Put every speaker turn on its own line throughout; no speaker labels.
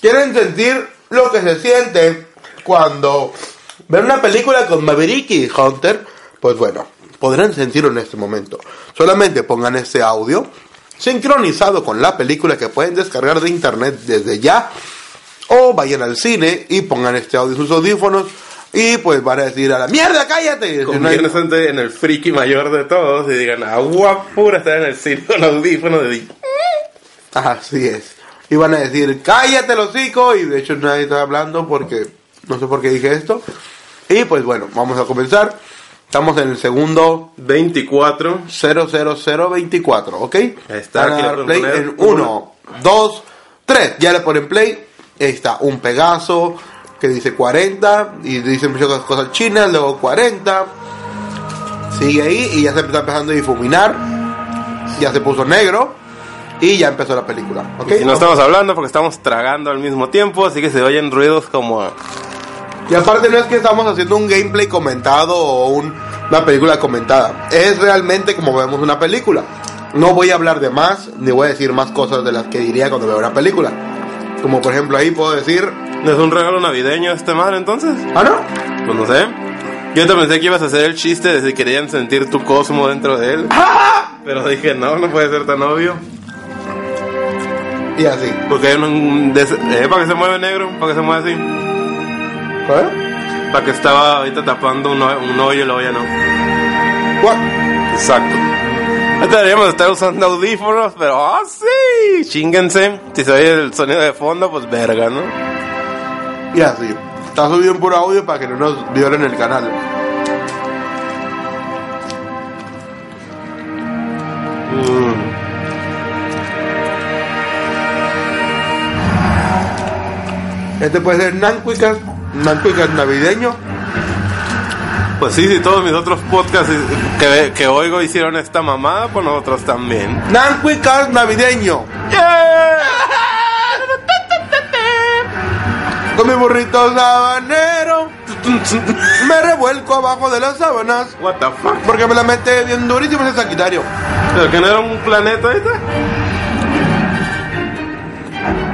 quieren sentir lo que se siente cuando ven una película con Maverick y Hunter, pues bueno, podrán sentirlo en este momento. Solamente pongan ese audio sincronizado con la película que pueden descargar de internet desde ya o vayan al cine y pongan este audio en sus audífonos y pues van a decir a la mierda, cállate. Si no hay-
Conviértanse en el friki mayor de todos y digan, agua pura estar en el cine con audífonos de...
Así es. Y van a decir, cállate los hocico. Y de hecho nadie está hablando porque no sé por qué dije esto. Y pues bueno, vamos a comenzar. Estamos en el segundo
24.
00024, ¿ok?
está,
Van a
aquí le
dar
ponen
play
poner
en
uno.
1, 2, 3. Ya le ponen play. Ahí está un Pegaso que dice 40 y dice muchas cosas chinas, luego 40. Sigue ahí y ya se está empezando a difuminar. Ya se puso negro y ya empezó la película, ¿ok?
Y no estamos hablando porque estamos tragando al mismo tiempo, así que se oyen ruidos como...
Y aparte no es que estamos haciendo un gameplay comentado o un- una película comentada. Es realmente como vemos una película. No voy a hablar de más, ni voy a decir más cosas de las que diría cuando veo una película. Como por ejemplo ahí puedo decir...
¿No es un regalo navideño este mal entonces?
Ah, no.
Pues no sé. Yo te pensé que ibas a hacer el chiste de si querían sentir tu cosmo dentro de él. Pero dije, no, no puede ser tan obvio.
Y así.
Porque hay un... un des- eh, ¿Para que se mueve negro? ¿Para que se mueve así?
¿Eh?
¿Para que estaba ahorita tapando un, ho- un hoyo y la olla no?
What?
Exacto. Ahorita deberíamos estar usando audífonos, pero ¡ah, sí! Chinguense. Si se oye el sonido de fondo, pues verga, ¿no?
Y así. Está subido en puro audio para que no nos violen el canal.
Mm.
Este puede ser Nancuicas, Nancuicas navideño.
Pues sí, si todos mis otros podcasts que, que oigo hicieron esta mamada, pues nosotros también.
Nancuicas navideño.
¡Yeah!
Con mi burrito sabanero. Me revuelco abajo de las sábanas.
What the fuck?
Porque me la mete bien durísimo ese Sagitario.
¿Pero que no era un planeta ahorita?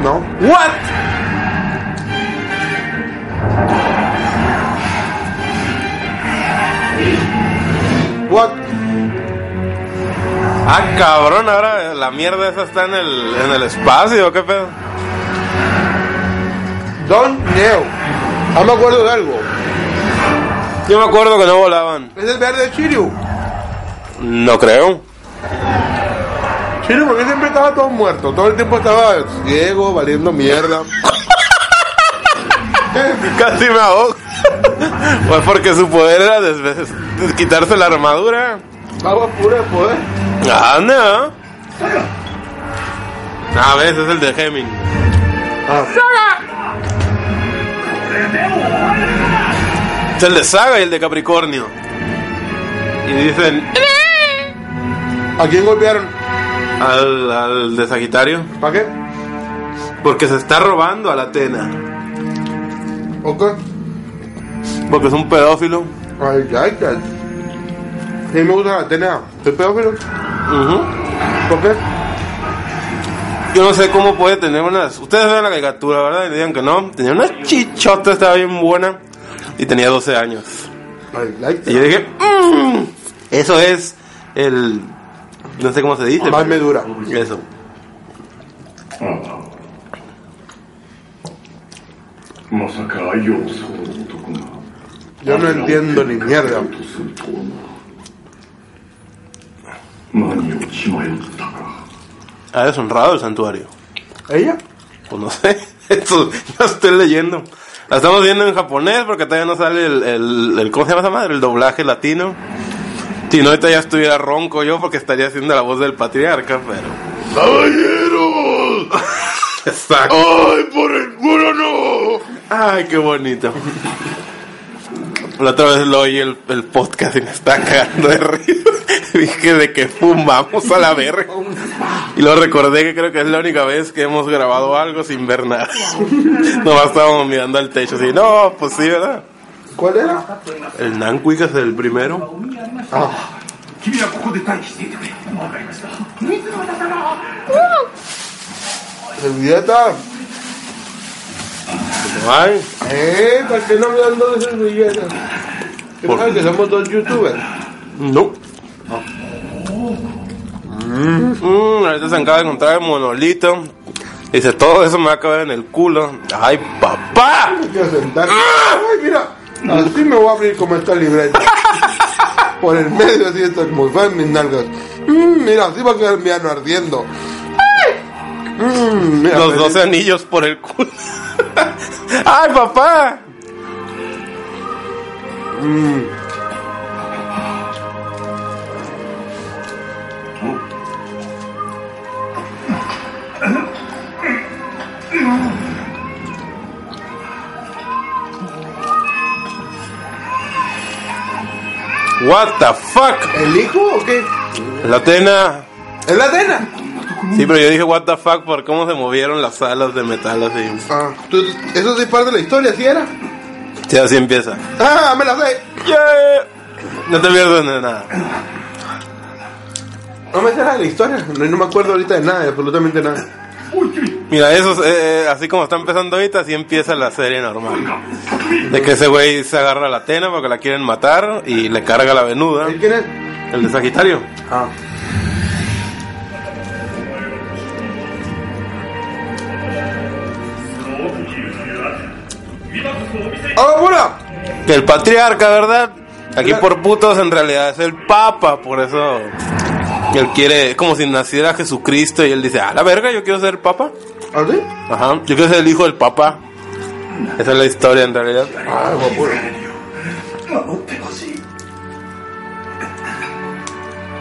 ¿No?
¿What?
What?
Ah, cabrón, ahora la mierda esa está en el, en el espacio, ¿qué pedo?
Don't know. Ah, me acuerdo de algo.
Yo me acuerdo que no volaban.
Es el verde de Shiryu.
No creo.
Shiryu, porque siempre estaba todo muerto. Todo el tiempo estaba ciego, valiendo mierda.
Casi me ahogo. Pues porque su poder era desve- des- quitarse la armadura.
Agua pura de poder.
Ah, no. A veces es el de Heming.
Ah,
Es el de Saga y el de Capricornio. Y dicen
¿A quién golpearon?
al, al de Sagitario.
¿Para qué?
Porque se está robando a la Atena.
Ok.
Porque es un pedófilo.
Ay, ay, ay. Sí, me gusta la Atena. ¿Soy pedófilo?
Ujú.
¿Por qué?
Yo no sé cómo puede tener unas. Ustedes ven la caricatura, ¿verdad? Y le digan que no. Tenía una chichota, estaba bien buena. Y tenía 12 años.
Ay, ay.
Y yo dije, "Mm, eso es el. No sé cómo se dice.
Más me dura.
Eso.
Yo no entiendo ni mierda.
何を血迷ったか
Ha deshonrado el santuario.
¿Ella?
Pues no sé. Esto lo estoy leyendo. La estamos viendo en japonés porque todavía no sale el. el, el- ¿Cómo se llama esa madre? El doblaje latino. Si no, ahorita ya estuviera ronco yo porque estaría haciendo la voz del patriarca, pero.
¡Caballeros!
Exacto.
¡Ay, por el culo no!
Ay, qué bonito. La otra vez lo oí el, el podcast y me está cagando de risa. Dije de que fumamos a la verga. Y lo recordé que creo que es la única vez que hemos grabado algo sin ver nada. Nomás estábamos mirando al techo así, no, pues sí, ¿verdad?
¿Cuál era?
El Nanquik es el primero.
Ah,
君はここで待機していてくれわかりました
servilleta.
Ay,
¿Eh? ¿Para qué no hablando de esas billetes? ¿Qué
Por-
pasa? Que somos dos youtubers.
no. Mm, ahorita se acaba de encontrar el monolito. Dice, todo eso me va a caber en el culo. Ay, papá.
Quiero sentarme. Ay, mira, así me voy a abrir como esta libreta. Por el medio así esto hermoso, mis nalgas. Mm, mira, así va a quedar mi ano ardiendo. Ay. Mm, mira,
Los
feliz.
12 anillos por el culo. Ay, papá. Mm. What the fuck?
¿El hijo o qué?
La tena.
¿Es la cena?
Sí, pero yo dije what the fuck por cómo se movieron las alas de metal así.
Ah, tú- eso sí es parte de la historia, ¿sí era?
Sí, así empieza.
Ah, me la sé.
Yeah. No te pierdas de nada.
No me sé nada de la historia. No, no me acuerdo ahorita de nada, de absolutamente nada.
Mira, eso, eh, eh, así como está empezando ahorita, así empieza la serie normal. De que ese güey se agarra la tena porque la quieren matar y le carga la venuda.
¿Y quién es?
El de Sagitario.
Ah. ¡Ah, bueno!
Que el patriarca, ¿verdad? Aquí por putos en realidad es el papa, por eso él quiere, es como si naciera Jesucristo y él dice, ah, la verga, yo quiero ser papa.
¿Ah, sí?
Ajá, yo quiero ser el hijo del papa. Esa es la historia en realidad.
Ah, guapura.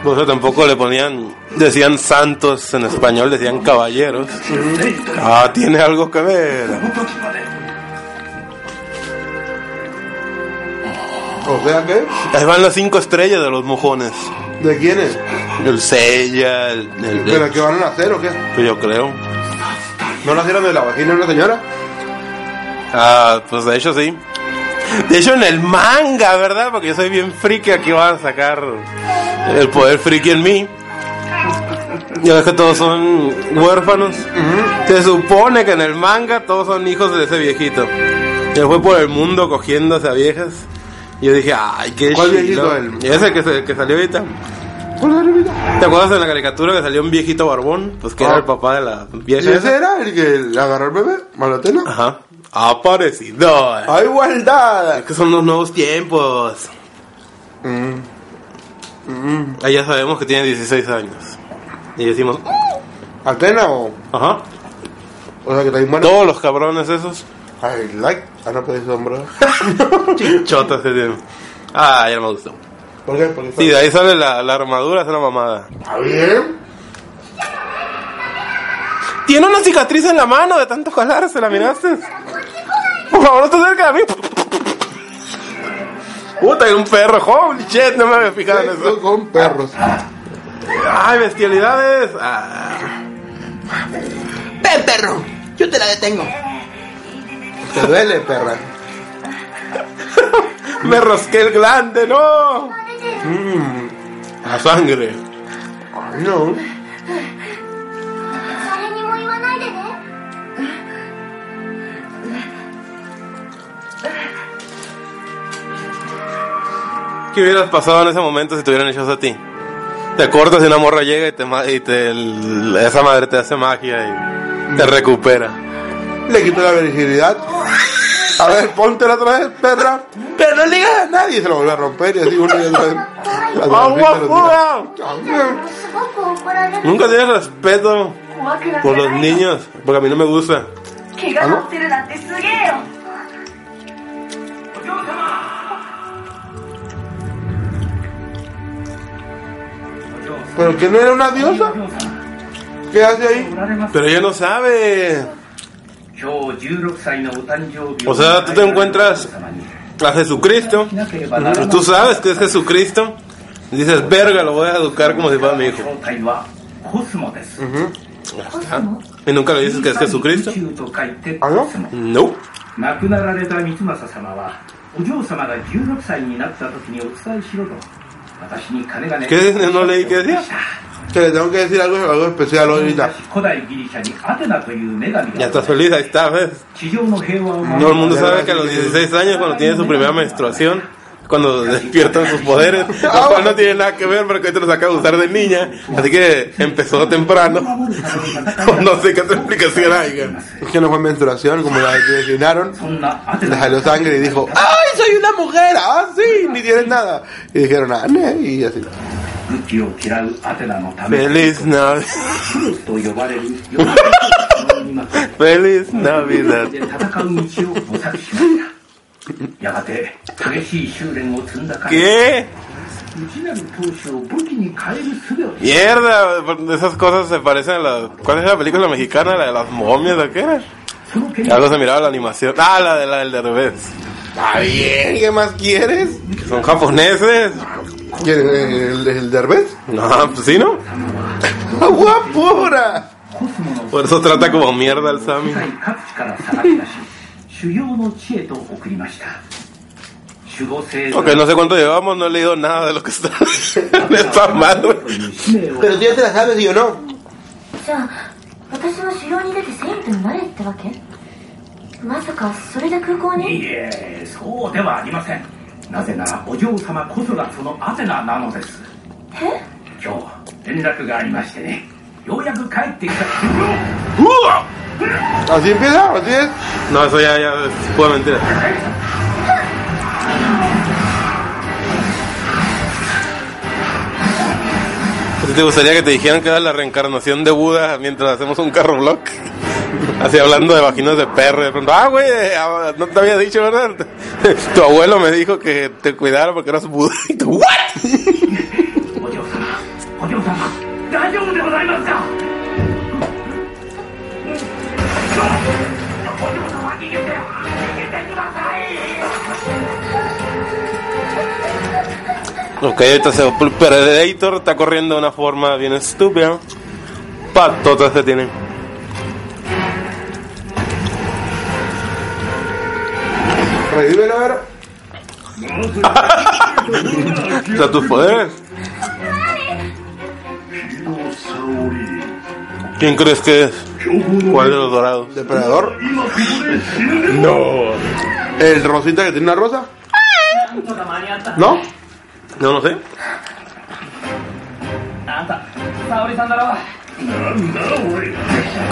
Por eso tampoco le ponían, decían santos en español, decían caballeros. Ah, tiene algo que ver.
O sea que,
Ahí van las cinco estrellas de los mojones.
¿de quién es?
El Sella, el... el-
¿Pero que van a nacer o qué?
pues yo creo.
¿No nacieron de la vagina de una señora?
Ah, pues de hecho sí. De hecho en el manga, ¿verdad? Porque yo soy bien friki, aquí van a sacar el poder friki en mí. Ya ves que todos son huérfanos. Se supone que en el manga todos son hijos de ese viejito. Que fue por el mundo cogiéndose a viejas. Y yo dije, ay, qué
¿Cuál
chido.
viejito él?
Ese que, se- que salió ahorita.
¿Cuál era el vida?
¿Te acuerdas de la caricatura que salió un viejito barbón? Pues que
Ah.
era el papá de la vieja.
¿Y ese Ah.
esa.
era el que le agarró al bebé? ¿Malatena?
Ajá. Aparecido.
¡A igualdad! Mm.
Es que son los nuevos tiempos. Ah, ya sabemos que tiene 16 años. Y decimos,
¿Atena o...?
ajá.
O sea que también bueno.
Todos los cabrones esos.
I like... Ah, no, pero es hombre.
Chotas que tienen. Ah, ya no me gustó.
¿Por qué? Porque
Sí, de ahí sale la, la armadura, es una mamada.
¿Está bien?
Tiene una cicatriz en la mano de tanto jalar, ¿se la miraste? Por favor, no te acerques a mí. Puta, hay un perro. Holy shit, no me había fijado en
Estos
eso.
son perros.
Ay, bestialidades. Ah.
Ven, perro, yo te la detengo.
Te duele, perra.
Me rosqué el glande, no. Mm, La sangre.
Ay, no.
誰にも言わないでね
¿Qué hubieras pasado en ese momento si te hubieran hecho eso a ti? Te cortas y una morra llega y te, ma- y te el- esa madre te hace magia y te recupera.
Le quito la virginidad. A ver, póntela otra vez, perra. Pero no le digas a nadie. Se lo vuelve a romper y así uno y otra vez. Las
¡Agua
morritas lo tiran.
pura!
すごく怒られる
Nunca tienes respeto
怖くなく
por
な
los
い
niños, porque a mí no me gusta.
怪我を負ってるなんてすげえよ
¿Pero que no era una diosa? ¿Qué hace ahí?
Pero ella no sabe.
今日16歳のお誕生日
O sea, tú te encuentras a Jesucristo, pero tú sabes que es Jesucristo, y dices, verga, lo voy a educar como si fuera mi hijo.
正体はコスモです、
Y nunca le dices que es Jesucristo.
宇宙と書いて
あら
コスモ
No.
亡くなられた光政様はお嬢様が16歳になった時にお伝えしろと私に金がね
¿Qué? No leí qué decía.
Que le tengo que decir algo, algo especial ahorita.
古代ギリシャにアテナという女神
Ya
が
estás feliz, ahí está, ¿ves?
地上の平和を守
Todo el mundo sabe que a los 16 años, cuando tiene su primera menstruación, cuando despiertan sus poderes, lo cual no tiene nada que ver porque te los acaba de usar de niña, así que empezó temprano.
守るために戦
No sé qué otra explicación hay. güey.
Es que no fue menstruación, como la designaron.
そんなアテ
Le
ナ
salió sangre y dijo, ¡ay, soy una mujer! ¡Ah, sí! Ni tienes nada. Y dijeron, ¡ah, ne", Y así.
武器を嫌うアテナのため
Feliz Navidad.
と呼ばれる世の中の今
Feliz Navidad.
で戦う道を模索しましたやがて激しい修練を積んだ彼
¿Qué?
は内なる闘志を武器に変える術を
Mierda, esas cosas se parecen a la... ¿Cuál es la película mexicana? ¿La de las momias o qué era?
その剣
Ya no se miraba la animación. Ah, la de la del derbez. Está bien, ¿qué más quieres? Que son japoneses.
¿Quién? ¿El, el, el derbez?
No, pues sí, ¿no?
¡Ah, guapura!
コスモの
Por eso trata como mierda al Sammy.
世界各地から探り出し 修行の知恵と送りました守護聖
Ok, no sé cuánto llevamos, no he leído nada de lo que está en esta madre.
という使命を
Pero tú ya te la sabes, y yo no.
じゃあ私は狩猟に出てセイントになれってわけまさかそれで空港
い
に
いえそうではありませんなぜならお嬢様こそがそのアテナなのです
え
今日連絡がありましてねようやく帰ってきた
¡Uah!
Así empieza, así es.
No, eso ya, ya es pura mentira. ¿Sí ¿Te gustaría que te dijeran que era la reencarnación de Buda mientras hacemos un carro block? Así hablando de vaginas de perro, de pronto, ah, güey, ah, no te había dicho, ¿verdad? Tu abuelo me dijo que te cuidara porque eras Buda. Y tú, ¿what?
お嬢様お嬢様大丈夫でございますかお嬢様逃げて逃げてください
Ok, entonces Predator está corriendo de una forma bien estúpida. Patotas se tienen.
Revívelo, a ver.
O sea, tus poderes. ¿Quién crees que es? ¿Cuál de los dorados?
Depredador. No. El rosita que tiene una rosa. ¿No?
No, no sé.
あんた沙織さんだろ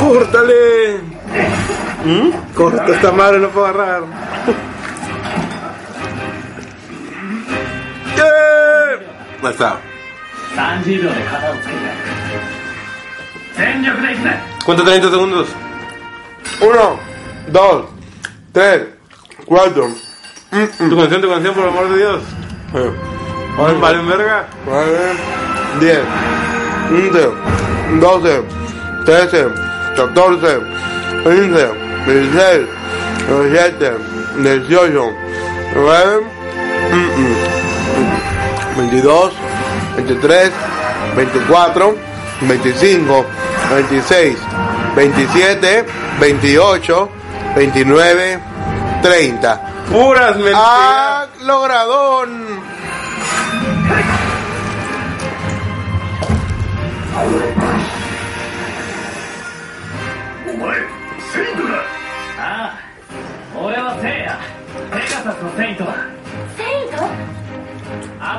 ¡Córtale!
¿Mm?
Corta esta madre, no puedo agarrar. ¡Yeah! Ahí está.
30秒で肩をつけてやる全力で行くぜ
¿Cuánto 30 segundos?
Uno, dos, tres, cuatro.
Tu canción, tu canción, por el amor de Dios.
Eh,
Valen verga.
nueve, diez, once, doce, trece, catorce, quince, dieciséis, diecisiete, dieciocho, nueve, mm, mm, veintidós, veintitrés, veinticuatro, veinticinco, veintiséis, veintisiete, veintiocho, veintinueve, treinta.
Puras mentiras.
¡Ah, logradón!
ああ俺は聖夜ペガサスのセイントだ
セイントは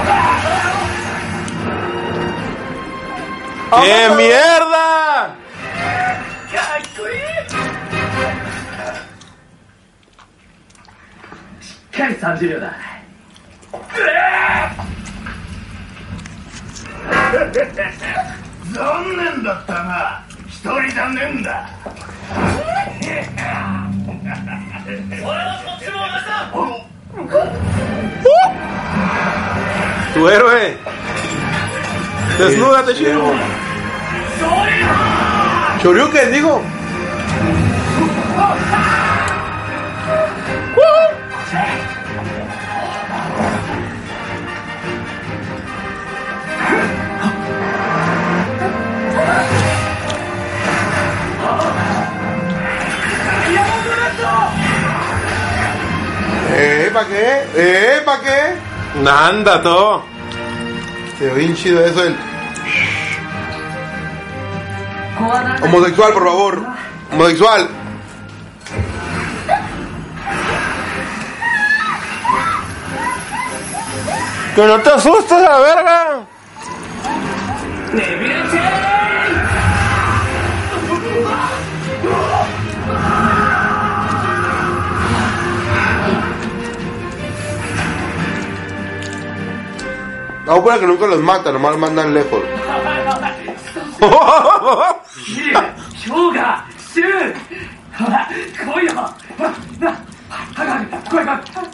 ¡Qué mierda!
K 30秒だ
¡Tu héroe! ¡Desnúdate, Shiro!
Shoryuken, digo. ¿Eh? ¿Para qué? ¿Eh? ¿Para qué?
Nanda, todo.
Se ve bien chido eso el
子は何だ
homosexual, por favor. Homosexual.
Que no te asustes a la verga.
Aún para pues, que nunca los matan, nomás los mandan lejos.
今日が週ほら来いよほらな高く来い来い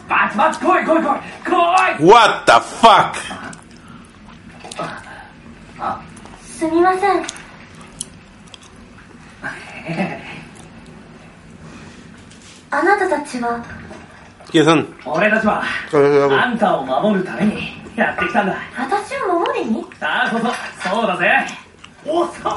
バツバツ来い来い来い来い
What the fuck?
すみませんあなたたちは
¿Quiénes son?
俺たちは
Entonces, vamos.
あんたを守るためにやってきたんだ
私を守りに
さあこそそうだぜおっそう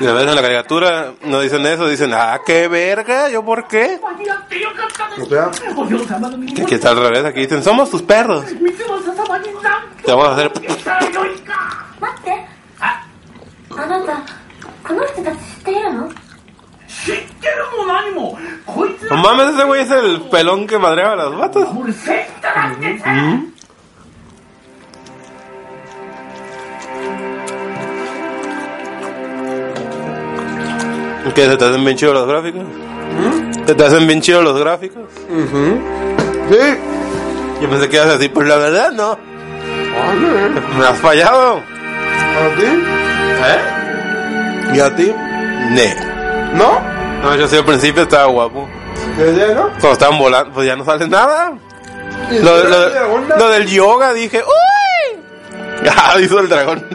Y a veces en la caricatura no dicen eso, dicen, ah, qué verga, ¿yo por qué?
間に合ってよかったで
O sea,
すお嬢様の身
Que
に
aquí está al revés, aquí dicen, somos tus perros.
三つ星様に何
Te vamos a hacer...
てしたらよいか
待って
あ
あなたこの人たち知っているの
知ってるも何もこいつ
No
ら
mames, ese güey es el pelón que madreaba a las batas.
俺センターなんてさ
Que se te hacen bien chidos los gráficos. Se te hacen bien chidos los gráficos.
sí.
Yo pensé que ibas así, pues la verdad no.
Vale.
Me has fallado.
¿A ti?
¿Eh?
¿Y a ti?
Ne.
¿No?
No, yo sí al principio estaba guapo.
¿Desde no?
Cuando estaban volando, pues ya no sale nada.
¿Y
Lo,
si
lo-
era dragón, no?
lo del yoga dije, ¡Uy! Ah, hizo el dragón.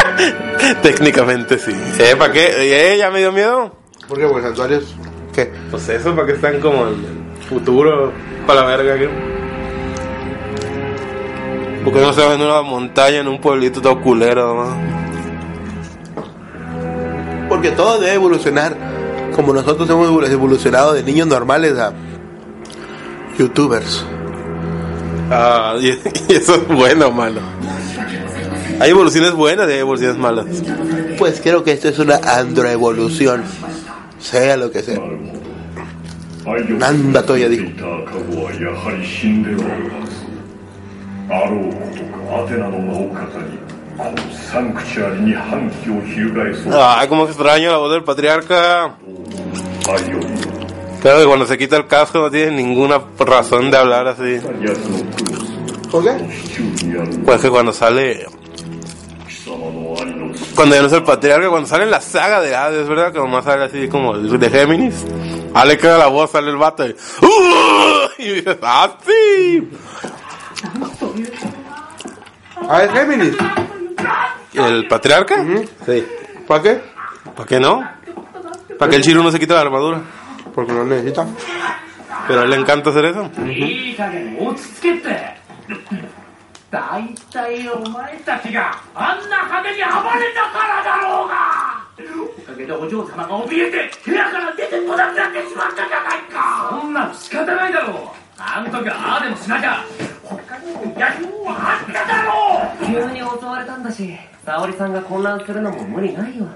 Técnicamente sí. ¿Eh? ¿Para qué? ¿Eh? ¿Ya me dio miedo?
¿Por qué? pues, Porque santuarios. ¿Qué?
Pues eso, ¿para qué están como en el futuro? Para la verga, ¿qué? Porque no se ven en una montaña, en un pueblito todo culero, ¿no?
Porque todo debe evolucionar. Como nosotros hemos evolu- evolucionado de niños normales a youtubers.
Ah, y, y eso es bueno o malo. Hay evoluciones buenas y hay evoluciones malas.
Pues creo que esto es una androevolución. Sea lo que sea. なんだとやで
いた過去はやはり死んでおるはずあろうことかアテナの名を語りこのサンクチュアリに反旗を翻そうあ
Ay, cómo Ah, extraño la voz del patriarca.
いよ
Claro que cuando se quita el casco no tiene ninguna razón de hablar así.
奴のクロス
¿Por qué?
手中にある
Pues que cuando sale...
貴様の兄の姿
Cuando ya no es el patriarca, cuando sale en la saga de Hades, ¿verdad? Que nomás sale así como el de Géminis. Ah, le queda la voz, sale el vato y... ¡Uh! Y dices, ¡ah, sí!
¿A ver, Géminis?
¿El patriarca? Sí.
¿Para qué?
¿Para qué no? ¿Para que el Chiru no se quita la armadura?
Porque no necesita.
Pero a él le encanta hacer eso.
いい加減落ち着けって大体お前たちがあんな派手に暴れたからだろうがおかげでお嬢様が怯えて部屋から出てこなくなってしまったじゃないかそんなの仕方ないだろうあの時はああでもしなきゃ他にもやりようはあっただろ
急
う
に襲われたんだし沙織さんが混乱するのも無理ないよ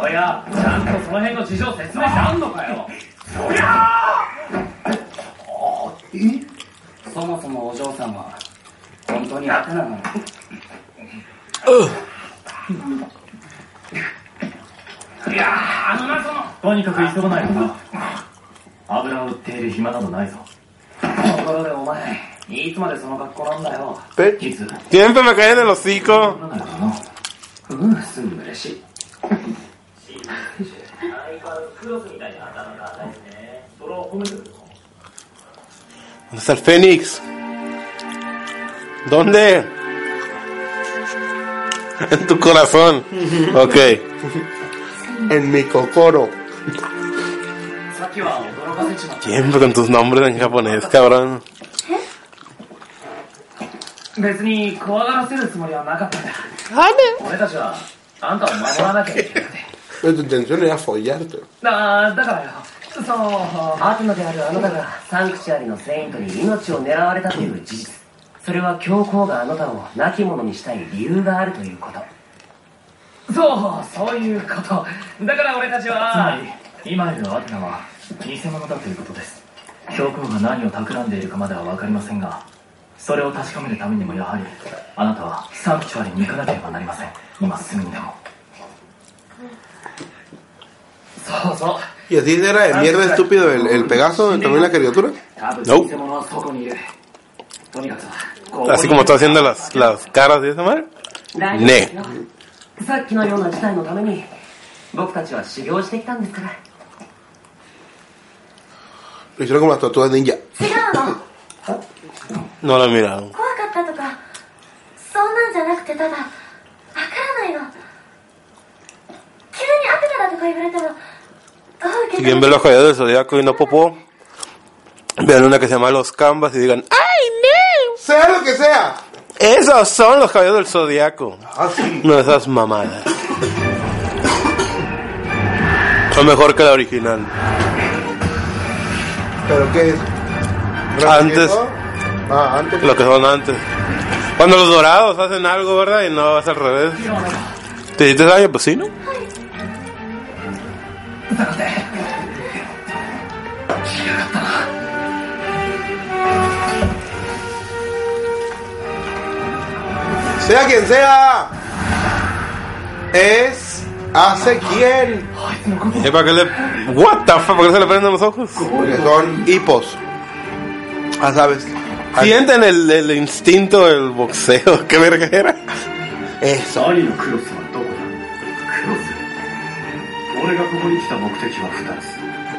そりゃちゃんとその辺の事情説明してあんのかよそりゃあ
そもそもお嬢様本当にアテナなの
いやーあのなそのとにかく急がないとな油を売っている暇などないぞ
ところでお前いつまでその格好なんだよ
¿Qué?
いつ
Siempre me cae en el hocico.
なのかな
うんすん嬉しい
¿Dónde está el Fénix? ¿Dónde? En tu corazón. Ok.
en mi cocoro.
さっきは驚かせちまった。
Siempre con tus nombres en japonés, cabrón.
別に怖がらせるつもりはなかったんだ。俺たちは、あんたを守らなきゃいけなくて。
Pero tu intención era follarte.
だ、だからよ。そう。
アートのであるあなたがサンクチュアリのセイントに命を狙われたという事実それは教皇があなたを亡き者にしたい理由があるということ
そう、そういうこと。だから俺たちは、今いるアテナは偽物だということです。教皇が何を企んでいるかまではわかりませんが、それを確かめるためにもやはり、あなたはサンクチュアリに行かなければなりません。今すぐにでも。そうそう。
Y así era de mierda estúpido el, el Pegaso, también la caricatura.
多
分
分偽物はそこにいる。とにかく、こ
Así como está haciendo las, las caras de esa madre.
大丈夫ですよさっきのような事態のために僕たちは修行してきたんですから
Lo hicieron como las tortugas ninja.
違うの
No la miraron.
怖かったとかそんなんじゃなくてただわからないの急にアテナだとか言われてもどう受け
Si
止め
bien ven los caballeros del zodiaco y no popó, vean una que se llama Los Canvas y digan, ¡Ay,
Sea lo que sea. Ah,
no! ¡Esos son los caballeros del zodiaco!
Así.
No esas mamadas. Son mejor que la original.
¿Pero qué es?
Antes.
¿Refresco? Ah, antes.
lo que son antes. Cuando los dorados hacen algo, ¿verdad? Y no es al revés. ¿Te hiciste daño? Pues sí, ¿no?
Sea quien sea. Es. Hace quién.
¿Y para qué le... What the fuck? ¿Por qué se le prenden los ojos?
Porque son hipos. Ah, sabes.
Sienten el, el instinto del boxeo. ¿Qué verga era?
eso.
アリのクロスはどこだクロス俺がここに来た目的は2つ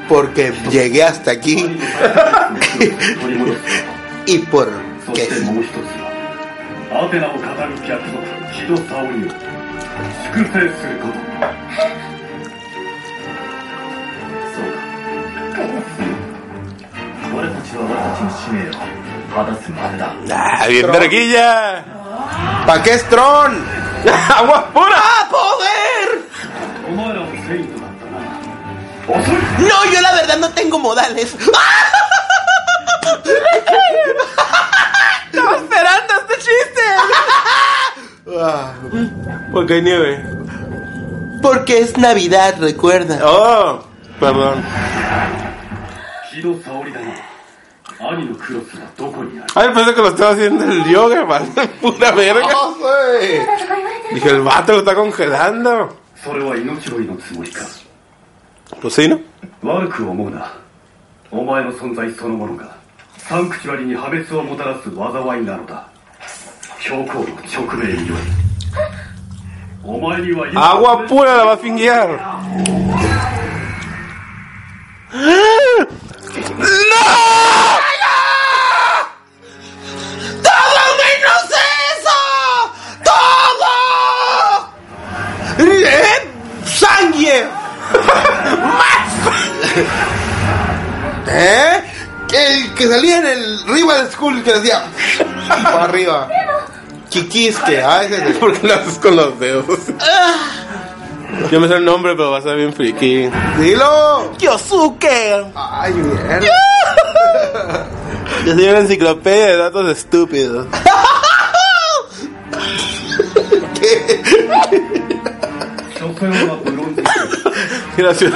Porque llegué hasta aquí
取り戻す
y
そ
porque
して
sí.
もう一つはアテナを語る逆賊木戸沙織を粛清することそうだ俺たちは私の使命を果たすまでだ
¡Ah, bien verguilla!
¿Para qué es Tron?
¡Agua pura! ¡Poder!
お前らもセイントだったな
No, yo la verdad no tengo modales.
¡Estaba esperando este chiste! Porque hay nieve.
Porque es Navidad, recuerda.
¡Oh! Perdón.
木戸沙織だな兄のクロスはどこにある
Ay, pensé que lo estaba haciendo el yoga, ¿vale? ¡Pura verga!
¡No sé!
だとか言われてる
Dije, el vato lo está congelando.
それは命乞いのつもりか
Pues sí, ¿no?
悪く思うなお前の存在そのものがサンクチュアリに破滅をもたらす災いなのだ教皇の直命によりお前には
Agua pura la va a finguear. ¡No!
¡Todo menos eso! ¡Todo!
¡Eh! ¡Sangue! ¿Eh? El que salía en el Rival School que decía. Para arriba. Chiquisque, ah, ese es el-
¿Por qué lo haces con los dedos? Yo me sé el nombre, pero va a ser bien friki.
¡Dilo!
Yosuke.
¡Ay, mierda!
Yo soy una enciclopedia de datos estúpidos. Gracias.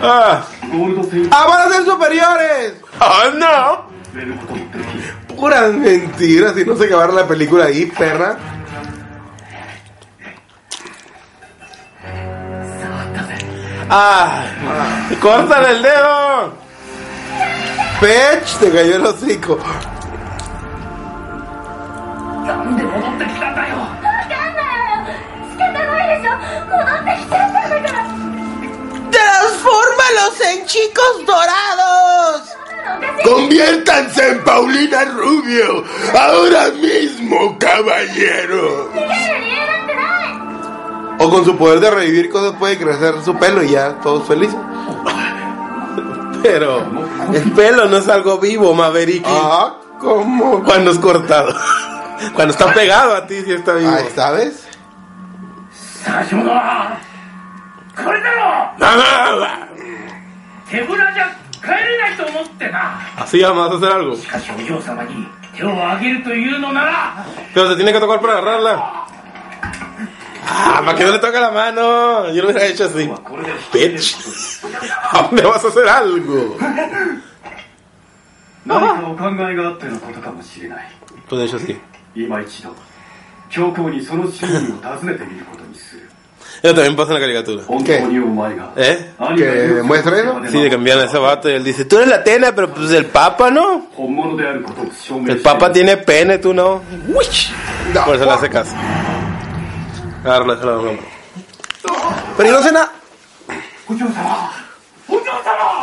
¡Ah!
ゴールドセイント
¡Ah, van a ser superiores!
¡Ah, no!
を連れることもできる
Puras mentiras, y no se acabaron la película ahí, perra.
¡Ah! ¡Córtale el dedo!
Pech, te cayó el hocico.
なんで戻ってきたんだよ
わかんないわよ仕方ないでしょ戻ってきちゃったんだからそ
¡Transfórmalos en chicos dorados!
んなのおかしい
¡Conviértanse en Paulina Rubio! ¡Ahora mismo, caballero!
逃げる理由なんてない
O con su poder de revivir cosas puede crecer su pelo y ya todos felices.
Pero el pelo no es algo vivo, Maverick.
Ah, ¿cómo?
Cuando es cortado. Cuando está pegado a ti, sí está vivo.
Ahí ¿sabes?
最初のはこれだろ手ぶらじゃ帰れないと思ってな
Así vamos a hacer algo.
しかしお嬢様に手を挙げるというのなら
Pero se tiene que tocar para agarrarla. Ah, ¿para qué no le toca la mano? Yo lo hubiera hecho así. Bitch. ¿Dónde vas a hacer algo?
何かお考えがあってのことかもしれない
Pues de hecho sí.
今一度教皇にその真意を尋ねてみることにする
Eso también pasa en la caricatura.
本当にお前が
¿Eh?
兄が言う
muestre eso?
まで
Sí, le cambian a ese vato y él dice, tú eres la tena, pero pues el papa no.
本物であることを証明
El
して
papa tiene pene, tú no. Por eso le hace caso. Agarra, déjala, déjala.
Pero y no hace nada.
お嬢様お嬢様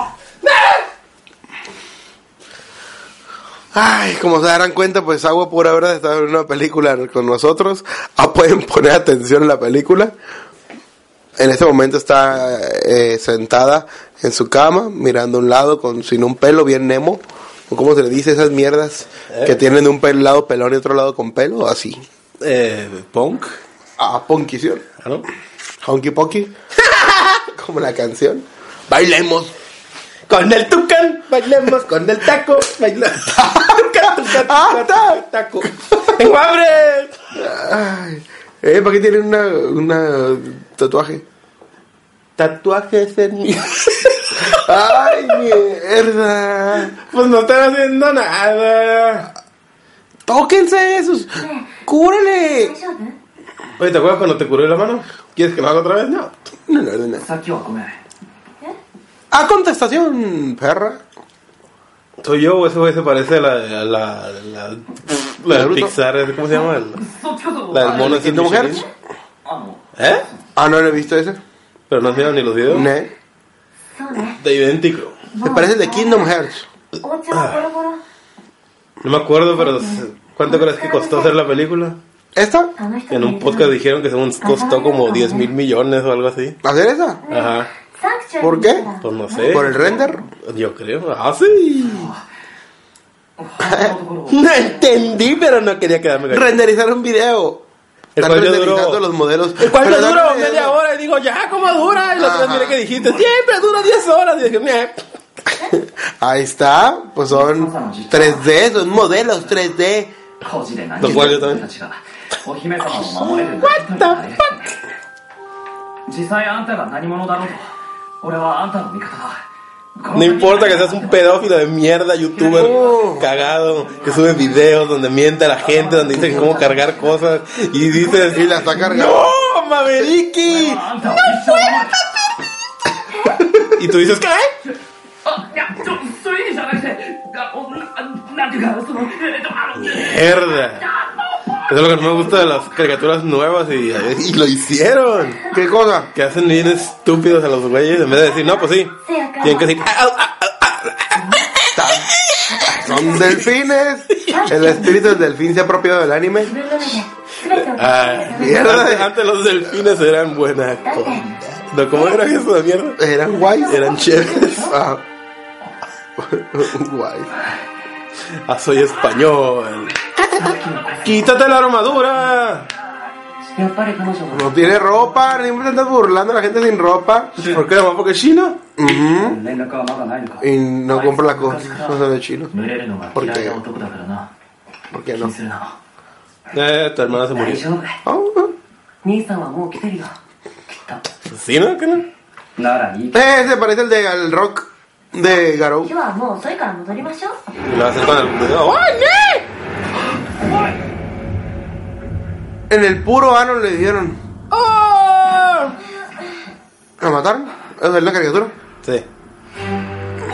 Ay, como se darán cuenta, pues Agua por haber estado en una película con nosotros. Ah, pueden poner atención en la película. En este momento está eh, sentada en su cama, mirando a un lado, con sin un pelo, bien Nemo. ¿O cómo se le dice esas mierdas que tienen de un pel- lado pelón y otro lado con pelo? Así.
Eh, punk.
Ah, ponquición.
Ah, ¿no?
Honky Ponky. como la canción. Bailemos.
Con el tucán bailemos, con el taco bailemos. tucán, tucán,
Ah,
tucán, tucán, taco. ¡Tengo hambre!
Ay. Eh, ¿Para qué tienen una, una tatuaje?
Tatuajes en mi...
¡Ay, mierda!
Pues no están haciendo nada.
¡Tóquense esos! ¡Cúrale!
大丈夫
Oye, ¿te acuerdas cuando te curé la mano? ¿Quieres que lo haga otra vez? No.
No, no, no, no.
さっきはごめん
¡A contestación, perra!
Soy yo, o ese güey se parece a la... a la... a la, la de
Naruto.
Pixar, ese, ¿cómo se llama? La,
そっちこそ
la del mono ese
¿Quinto mujer?
Michelin.
あの
¿Eh?
Ah, no, no he visto ese.
Pero no hacían ni los videos.
Ne.
そうね
De idéntico.
Se parece el de Kingdom Hearts.
お茶はボロボロ
No me acuerdo, pero... ¿Cuánto crees que costó hacer la película?
¿Esta?
あの人
En
の
un podcast dijeron que según costó como 10 mil millones o algo así.
¿Hacer esa?
Ajá.
サンクチュアリ
¿Por
に
qué?
行ったら
Pues no sé.
¿Por el render?
Yo creo. Ah, sí.
他のところ
No entendí, pero no quería quedarme con
Renderizar un video.
El
Están
cual ya
renderizando
duró-
los modelos.
El cuarto
Pero
duró
dame-
media hora y digo, ya, ¿cómo dura? Y la otra
Ajá.
mira que dijiste, siempre dura 10 horas. Y dije, meh.
Ahí está. Pues son 3D, son modelos 3D.
工事で何
Lo cual yo también.
人たちがお姫様を守れるなんて一人じゃないですね実際あんたが何者だろうと俺はあんたの味方だ
No importa que seas un pedófilo de mierda, youtuber cagado, que sube videos donde miente a la gente, donde dice que cómo cargar cosas. Y dices,
Y la está cargando.
¡No, Mavericki!
あんたを一生守る
Y tú dices, ¿qué?
あいやそそういう意味じゃなくてあおななんていうかそのえっとあの
Mierda. Eso es lo que no me gusta de las caricaturas nuevas y, y lo hicieron.
¿Qué cosa?
Que hacen bien estúpidos a los güeyes en vez de decir, no, pues sí.
せやから
Tienen que decir, "Ah, "Au, au".
Tan- Son delfines. El espíritu del delfín se ha apropiado del anime.
自分の目で全てを確かめ
Ah,
てくれ
mierda.
antes, antes los delfines eran buena con- No, ¿cómo eran eso de mierda?
Eran guays.
Eran chéveres.
Ah. Guay.
Ah, soy español. ¡Quítate la armadura!
やっぱり彼女は
No tiene ropa, siempre te andas burlando a la gente sin ropa.
¿Por qué nomás porque es chino?
Ujú.
連絡はまだないのか
Y no compra las cosas cosas de chino.
群れるのが嫌いな男だからな
¿Por qué
気
no?
にするな
Eh, tu hermana se
大
murió.
丈夫
Ah, ah.
兄さんはもう来てるよきっと
¿Sí, no? ¿Qué no?
ならいい
Eh, se parece el de al rock de Garou.
今日はもう遅いから戻りましょう
Y lo haces con el dedo. ¡Oye!
En el puro ano le dieron.
¡Oh!
¿Lo mataron? ¿Esa es la caricatura?
Sí.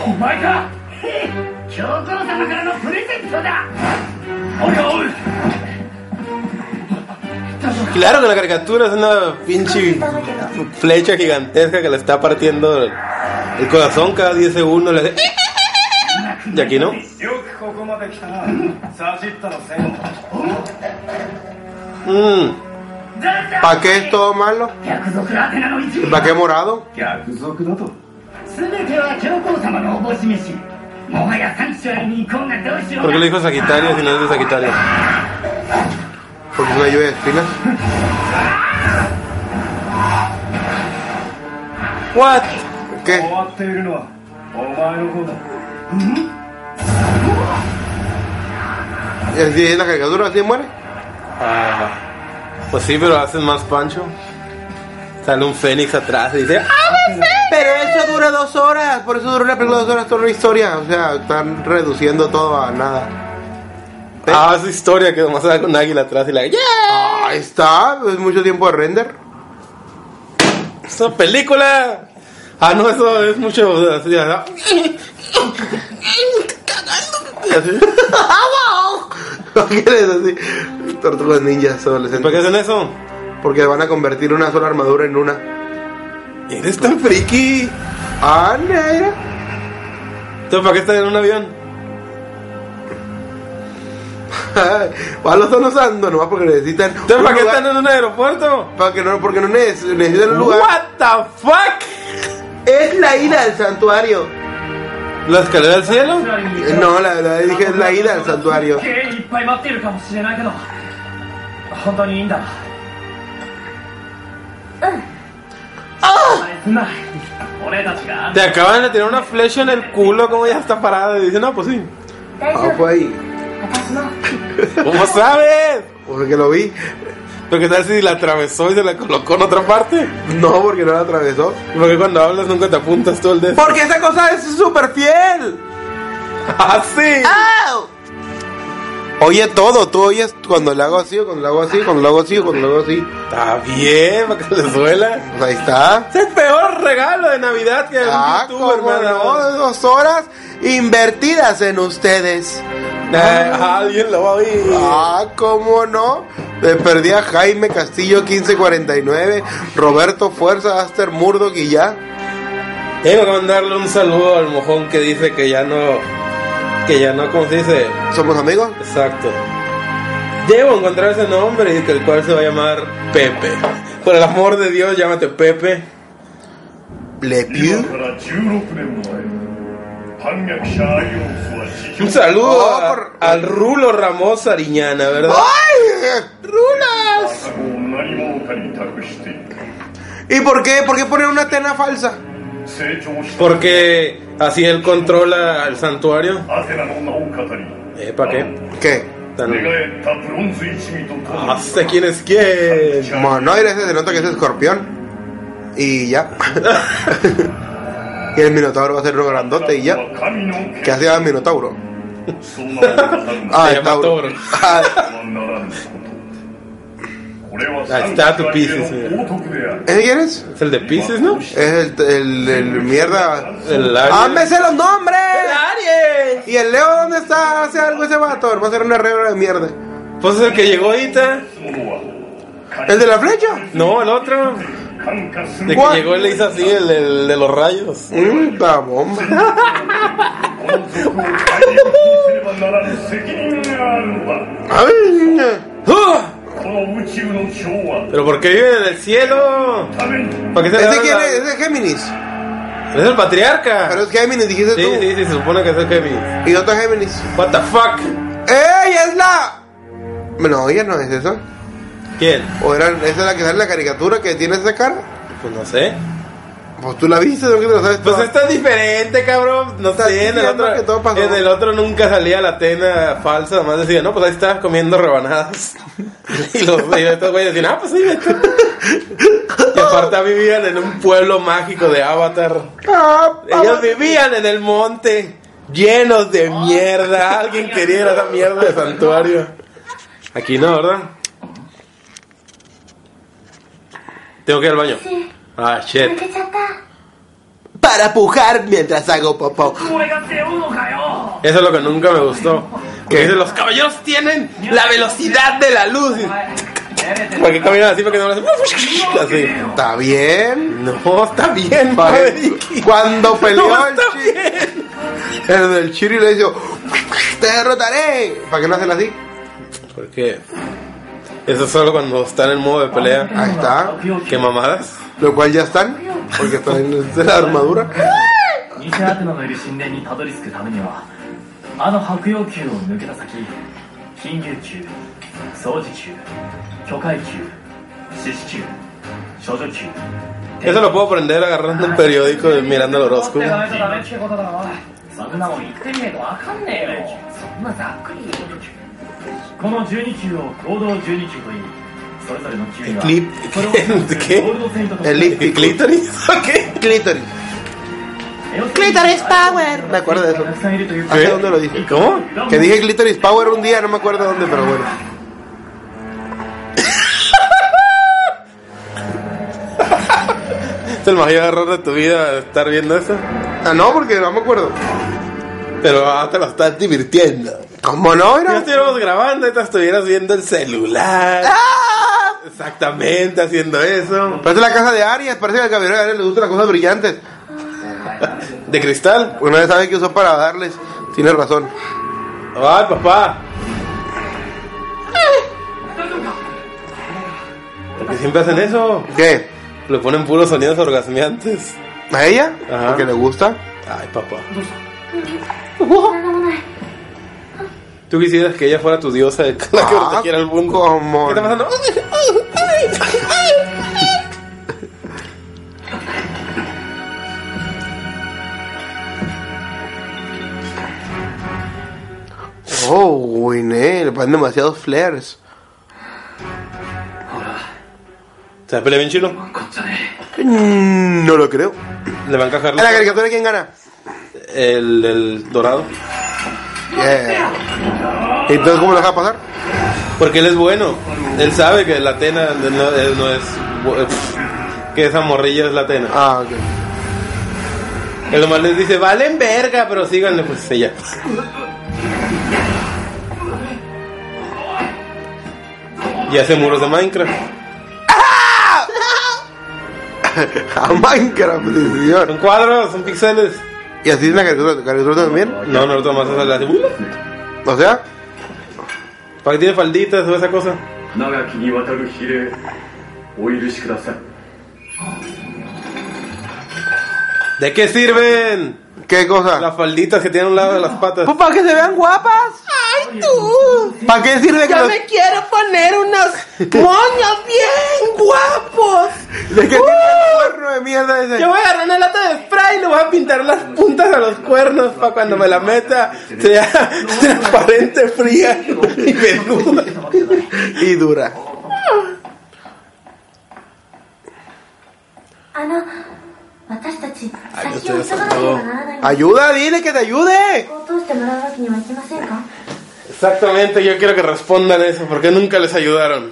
お前かへい教皇様からのプレゼントだ俺を追う
Claro que la caricatura es una pinche
だけど
flecha gigantesca que le está partiendo el el corazón cada 10 segundos. Le hace... Y aquí no.
よくここま で来たなサジッタの戦
Mm.
¿Para qué es todo malo?
百族アテナの一味
¿Para qué morado?
逆賊だと全ては教皇様のおぼし飯もはやサンクチュアリに行こうがどうしよう
¿Por qué le dijo Sagitario si no es de Sagitario?
Porque es una lluvia de espinas.
¿What?
¿Qué?
わっているのはお前の方だ
¿Es de la caricatura así muere?
Ah, Pues sí, pero hacen más pancho. Sale un fénix atrás y dice, ¡Ah!
Pero eso dura dos horas. Por eso dura una película de dos horas toda una historia. O sea, están reduciendo todo a nada.
Ah, esa historia que nomás sale un águila atrás y la... ¡Yeah!
Ah, Ahí está. Es mucho tiempo de render.
¡Es una película! Ah, no, eso es mucho... Así, ah, y así.
¿No quieres así? Tortugas ninjas
¿Por qué
adolescentes.
hacen eso?
Porque van a convertir una sola armadura en una.
Eres tan friki.
Ah, mira.
¿Tú para qué estás en un avión?
Ah, lo están usando nomás porque necesitan.
¿Tú
un
para qué
lugar-
estás en un aeropuerto?
para que no, porque no neces- necesitan un lugar.
What the fuck?
Es la ida al santuario.
¿La escalera al cielo?
Eh, No, la verdad dije es la ida al santuario.
計いっぱい待っているかもしれないけど本当にいいんだなうんああ俺たちが
Te acaban de tener una flecha en el culo como ya está parada y dice, no, pues sí.
大丈
Ah,
夫
fue ahí.
私も
¿Cómo sabes?
Porque lo vi.
Pero qué tal si la atravesó y se la colocó en otra parte.
No, porque no la atravesó.
Porque cuando hablas nunca te apuntas todo el dedo.
Porque esa cosa es súper fiel.
¡Así!
Ah. Oye todo, tú oyes cuando le hago así, o cuando le hago así, cuando le hago así, o cuando le hago así.
Está bien, para que le duela.
Pues ahí está.
Es el peor regalo de Navidad que algún
Ah, como
youtuber me ha
no,
dado.
dos horas invertidas en ustedes.
Eh, alguien lo va a oír.
Ah, cómo no. Me perdí a Jaime Castillo 1549, Roberto Fuerza, Aster Murdo y ya.
Tengo que mandarle un saludo al mojón que dice que ya no. Que ya no, ¿cómo se dice?
¿Somos amigos?
Exacto. Debo encontrar ese nombre y que el cual se va a llamar Pepe. Por el amor de Dios, llámate Pepe.
Le
今
Pew.
から16年前反逆者アイオンスは地上
Un saludo
Oh,
a-
por- Oh.
al Rulo Ramos Ariñana, ¿verdad?
¡Ay! ¡Rulas!
赤子を何者かに託してい
¿Y
る
por qué? ¿Por qué poner una tena falsa?
成長した
Porque así él controla el santuario.
アテナの名を語り
Eh, ¿Para qué?
¿Qué?
Tan-
寝返ったブロンズ一味ととも
Ah, sé quién es quién.
Monoire ese se nota que es escorpión. Y ya. y el minotauro va a ser uno grandote y ya.
神の
¿Qué hacía el minotauro?
そんなことはなる
Ah,
Se
el tauro.
llama Tauro.
Ah,
ならぬことこれは
Ahí está tu Pisces,
の王徳である
¿Ese quién es?
Es el de Pisces, ¿no?
Es el, el, el mierda.
El
¡Ah,
Aries.
me sé los nombres! ¿Y el Leo dónde está? Hace algo ese vato. Va a ser una regla de mierda.
Pues es el que llegó ahorita.
ものは
¿El de la flecha?
No, el otro.
感化す
De que
る
¿Cuál?
llegó él le hizo así, el, el de los rayos.
Mm, la bomba.
この族を変えようにせねばならぬ責任があるのだ
Ay,
¡Ah!
この宇宙の調和
¿Pero por qué vive en el cielo?
ために
¿Para qué se le
¿Ese
dan
quién
la-
es? Ese es Géminis.
Es el patriarca.
Pero es Géminis, dijiste
Sí,
tú.
sí, sí, se supone que es el Kevin.
Y otro Géminis.
What the fuck?
¡Ey, es la! No, ella no es esa.
¿Quién?
¿O era, esa es la que sale en la caricatura que tiene esa cara?
Pues no sé.
Pues tú la viste, ¿no? Que te la sabes
Pues
toda.
esta es diferente, cabrón. No
Estás
sé, en el
diciendo
otro.
que todo pasó.
En el otro nunca salía la tena falsa, nomás decía, no, pues ahí estás comiendo rebanadas. y los y estos güeyes decían, ah, pues sí, ahí está. Y aparte vivían en un pueblo mágico de Avatar.
Ah, ah,
Ellos vivían en el monte, llenos de mierda. Alguien quería ir a esa mierda de santuario. Aquí no, ¿verdad? Tengo que ir al baño.
し
Ah,
抜
shit.
けちゃった
Para pujar mientras hago popó.
俺が背負うのかよ
Eso es lo que nunca me gustó. Que dicen, los caballeros tienen la velocidad de la luz. ¿Por qué caminan así? Porque no lo hacen así.
Está bien.
No, está bien,
Pare-
Maverick.
Cuando peleó
No,
el
está
chi-
bien.
el del Chiri le dijo, te derrotaré. ¿Para qué no hacen así?
¿Por qué? Eso es solo cuando están en modo de pelea.
Ahí está.
¿Qué mamadas?
Lo cual ya están, porque están en la armadura.
偽アテナのいる神殿にたどり着くためにはあの白曜球を抜けた先金牛球掃除球巨海球獅子球少女球
Eso lo puedo aprender agarrando un periódico y mirando el
取って
horóscopo.
ないとダメってことだろそんなもん言ってみねえとわかんねえよそんなざっくりこの12球を合同12球といいそれぞれの球には
Clip.
それを結ぶゴールドセイントと
Clip.
¿Y clítoris? ¿Qué?
Clítoris.
Clitoris Power.
Me acuerdo de eso.
たくさんいるという
あ ¿Hasta dónde lo dije?
¿Cómo?
Que dije Clitoris Power un día, no me acuerdo dónde, pero bueno.
¿Es el mayor error de tu vida estar viendo eso?
Ah, no, porque no me acuerdo.
Pero ah, te lo estás divirtiendo.
¿Cómo no
Ya
era?
estuviéramos grabando y te estuvieras viendo el celular.
¡Ah!
Exactamente, haciendo eso.
Parece la casa de Arias, parece que al caballero de Arias le gustan las cosas brillantes.
¿De cristal?
Una vez sabe que usó para darles, tiene razón.
¡Ay, papá! Porque siempre hacen eso.
¿Qué?
Le ponen puros sonidos orgasmeantes.
¿A ella?
Ajá.
Porque le gusta.
Ay, papá.
なんでもない
¿Tú quisieras que ella fuera tu diosa de la que
Ah,
protegiera el mundo?
¿Cómo?
¿Qué está pasando?
Oh, güey, ne, le ponen demasiados flares.
'Se la pelea bien chilo?
こっちだね
Mm, No lo creo.
¿Le va a encajar
¿En la caricatura quién gana?
el, el dorado?
Yeah. Entonces, ¿cómo lo deja pasar?
Porque él es bueno. Él sabe que la Atena no, él no es. bu- eh, Que esa morrilla es la Atena.
Ah, ok.
Él nomás les dice, valen verga, pero síganle, pues ella. Y hace muros de Minecraft.
A Minecraft, sí, señor.
Son cuadros, son píxeles.
¿Y así es la caricatura, caricatura también?
No, no, Tomás, esa le hace.
O sea,
¿Para qué tiene falditas o esa cosa?
長きにわたる比例お許しください
¿De qué sirven
¿qué cosa?
las falditas que tienen a un lado de las patas?
Pues para que se vean guapas.
¡Ay, tú!
¿Para qué sirve que
Yo
los-
me quiero poner unos moños bien guapos.
¿De qué tiene el cuerno de mierda ese?
Yo voy a agarrar una lata de spray y le voy a pintar las puntas a los cuernos para cuando me la meta sea transparente, fría y menuda.
Y dura.
あの私たち先を
estoy
急がなければならないの
Ayuda, dile que te ayude.
こう通してもらうわけにはいきませんか
Exactamente, yo quiero que respondan eso, porque nunca les ayudaron.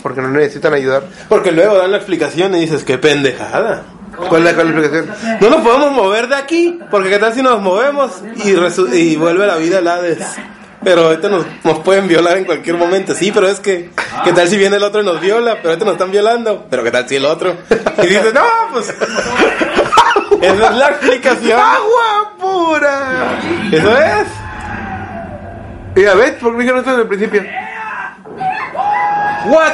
Porque no necesitan ayudar.
Porque luego dan la explicación y dices, qué pendejada.
¿Cuál es la calificación?
No nos podemos mover de aquí, porque qué tal si nos movemos y, resu- y vuelve la vida al Hades. Pero ahorita nos, nos pueden violar en cualquier momento. Sí, pero es que, ¿qué tal si viene el otro y nos viola? Pero ahorita nos están violando. Pero ¿qué tal si el otro? Y dices, no, pues... Esa es la explicación.
¡Agua pura!
Eso es.
Y a ver, ¿por qué dijeron esto desde el principio?
What?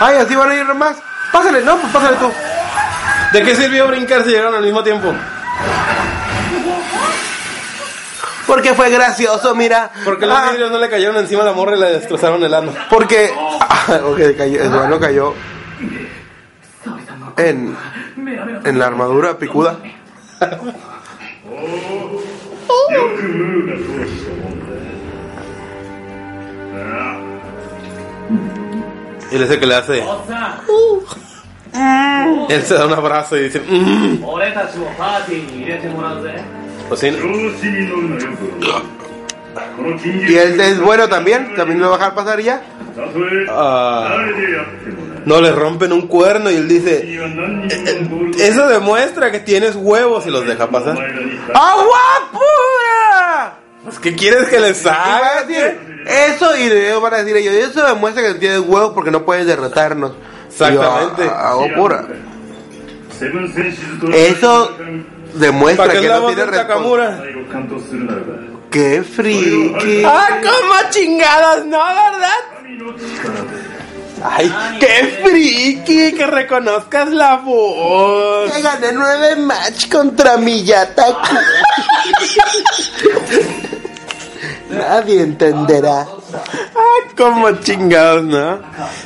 Ay, así van a ir más. Pásale, no, pues pásale tú.
¿De qué sirvió brincar si llegaron al mismo tiempo?
Porque fue gracioso, mira.
Porque los
Ah,
vidrios no le cayeron encima a la morra y le destrozaron el ano.
Porque. Ah, ok, cayó, el duelo cayó. En. En la armadura picuda.
よくムーが通したもんだなあ
Él es el que le hace.
おっさ
Él se da un abrazo y dice, mmm.
ん俺たちもパーティーに入れてもらうぜ
Pues sí,
調子に乗るなよこの
Y
金牛
él es bueno también. También lo va a dejar pasar y ya.
たとえ
あー
誰でやってもな
no le rompen un cuerno y él dice,
君は何人ものゴールド
eso demuestra que tienes huevos y los deja
お前
pasar.
らにさ
¡Agua pura!
Pues, ¿Qué quieres que les
Y van a
haga?
decir, Ah, Eso y ellos van a decir ellos. Eso demuestra que tienes huevos porque no puedes derrotarnos. Y yo,
Exactamente.
"Ah, Agua pura.
セブンセンシズと
Eso demuestra
¿Para
que
qué la
no
voz
tiene
de
respuesta.
Takamura?
愛を担当するならば
¡Qué friki!
¡Ah, cómo chingados! ¿No, verdad?
神の力で
¡Ay, qué friki! Que reconozcas la voz.
Ya gané nueve match contra Miyataki. Nadie entenderá.
Ah, como chingados, ¿no?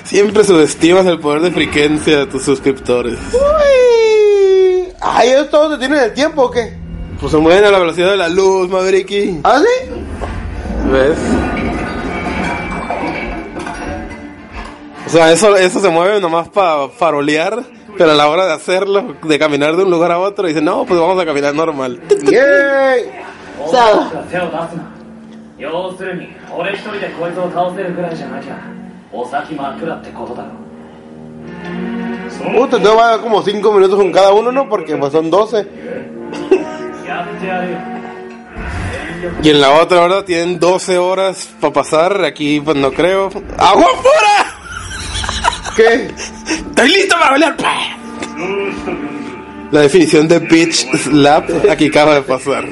Siempre subestimas el poder de friquencia de tus suscriptores.
Uy. Ay, ellos todos se tienen el tiempo o qué?
Pues se mueven a la velocidad de la luz, Mavericki.
¿Ah, sí?
¿Ves? O sea, eso, eso se mueve nomás para farolear, pero a la hora de hacerlo, de caminar de un lugar a otro, dice, no, pues vamos a caminar normal.
¡Yay!
大きく手を出すな要するに俺一人でこいつを倒せるぐらいじゃなきゃお先真っ暗ってことだろ
Uy, te toma como 5 minutos con cada uno, ¿no? Porque pues son 12.
やってやるよ
Y en la otra hora tienen 12 horas para pasar, aquí pues no creo. ¡Agua fuera!
¿Qué?
¡Estoy listo para bailar! ¡Pah! La definición de bitch slap aquí acaba de pasar.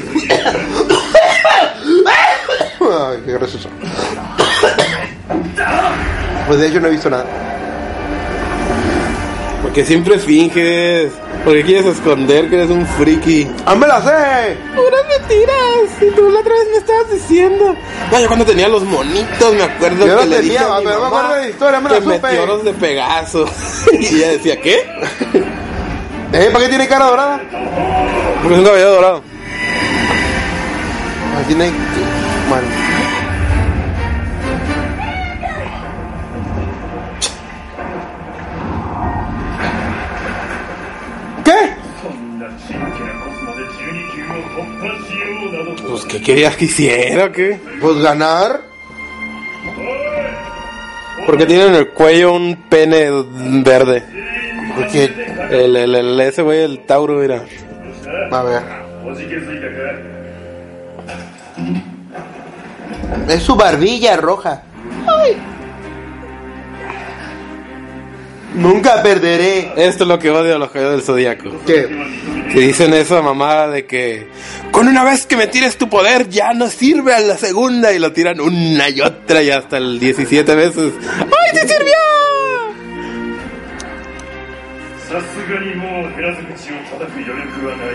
Ay, qué gracioso. Pues de hecho no he visto nada.
Porque siempre finges. Porque quieres esconder que eres un friki.
¡Ah, me la sé!
Puras mentiras. Y tú la otra vez me estabas diciendo. No, yo cuando tenía los monitos me acuerdo
Yo
que
los
le dije
tenía,
a mi
pero no me
mamá
acuerdo de la historia, me la
que
supe.
meteoros de Pegaso. y ella decía, ¿qué?
¿Eh? ¿Para qué tiene cara dorada?
Porque es un cabello dorado.
Ah, tiene. Bueno. ¿Qué?
そんなちっちゃなコスモで12級を突破しようなどと
Pues, ¿qué querías que hiciera o qué?
Pues ganar.
Porque tiene en el cuello un pene verde.
Porque.
El, el, el- ese güey, el Tauro, mira.
A ver.
おじけづいたか
Es su barbilla roja. Nunca perderé.
Esto es lo que odio a los caballos del zodiaco.
¿Qué?
Que dicen esa mamada de que con una vez que me tires tu poder ya no sirve a la segunda y lo tiran una y otra y hasta el 17 veces. ¡Ay, te sirvió!
らさすがにもう減らず口を叩く余力はない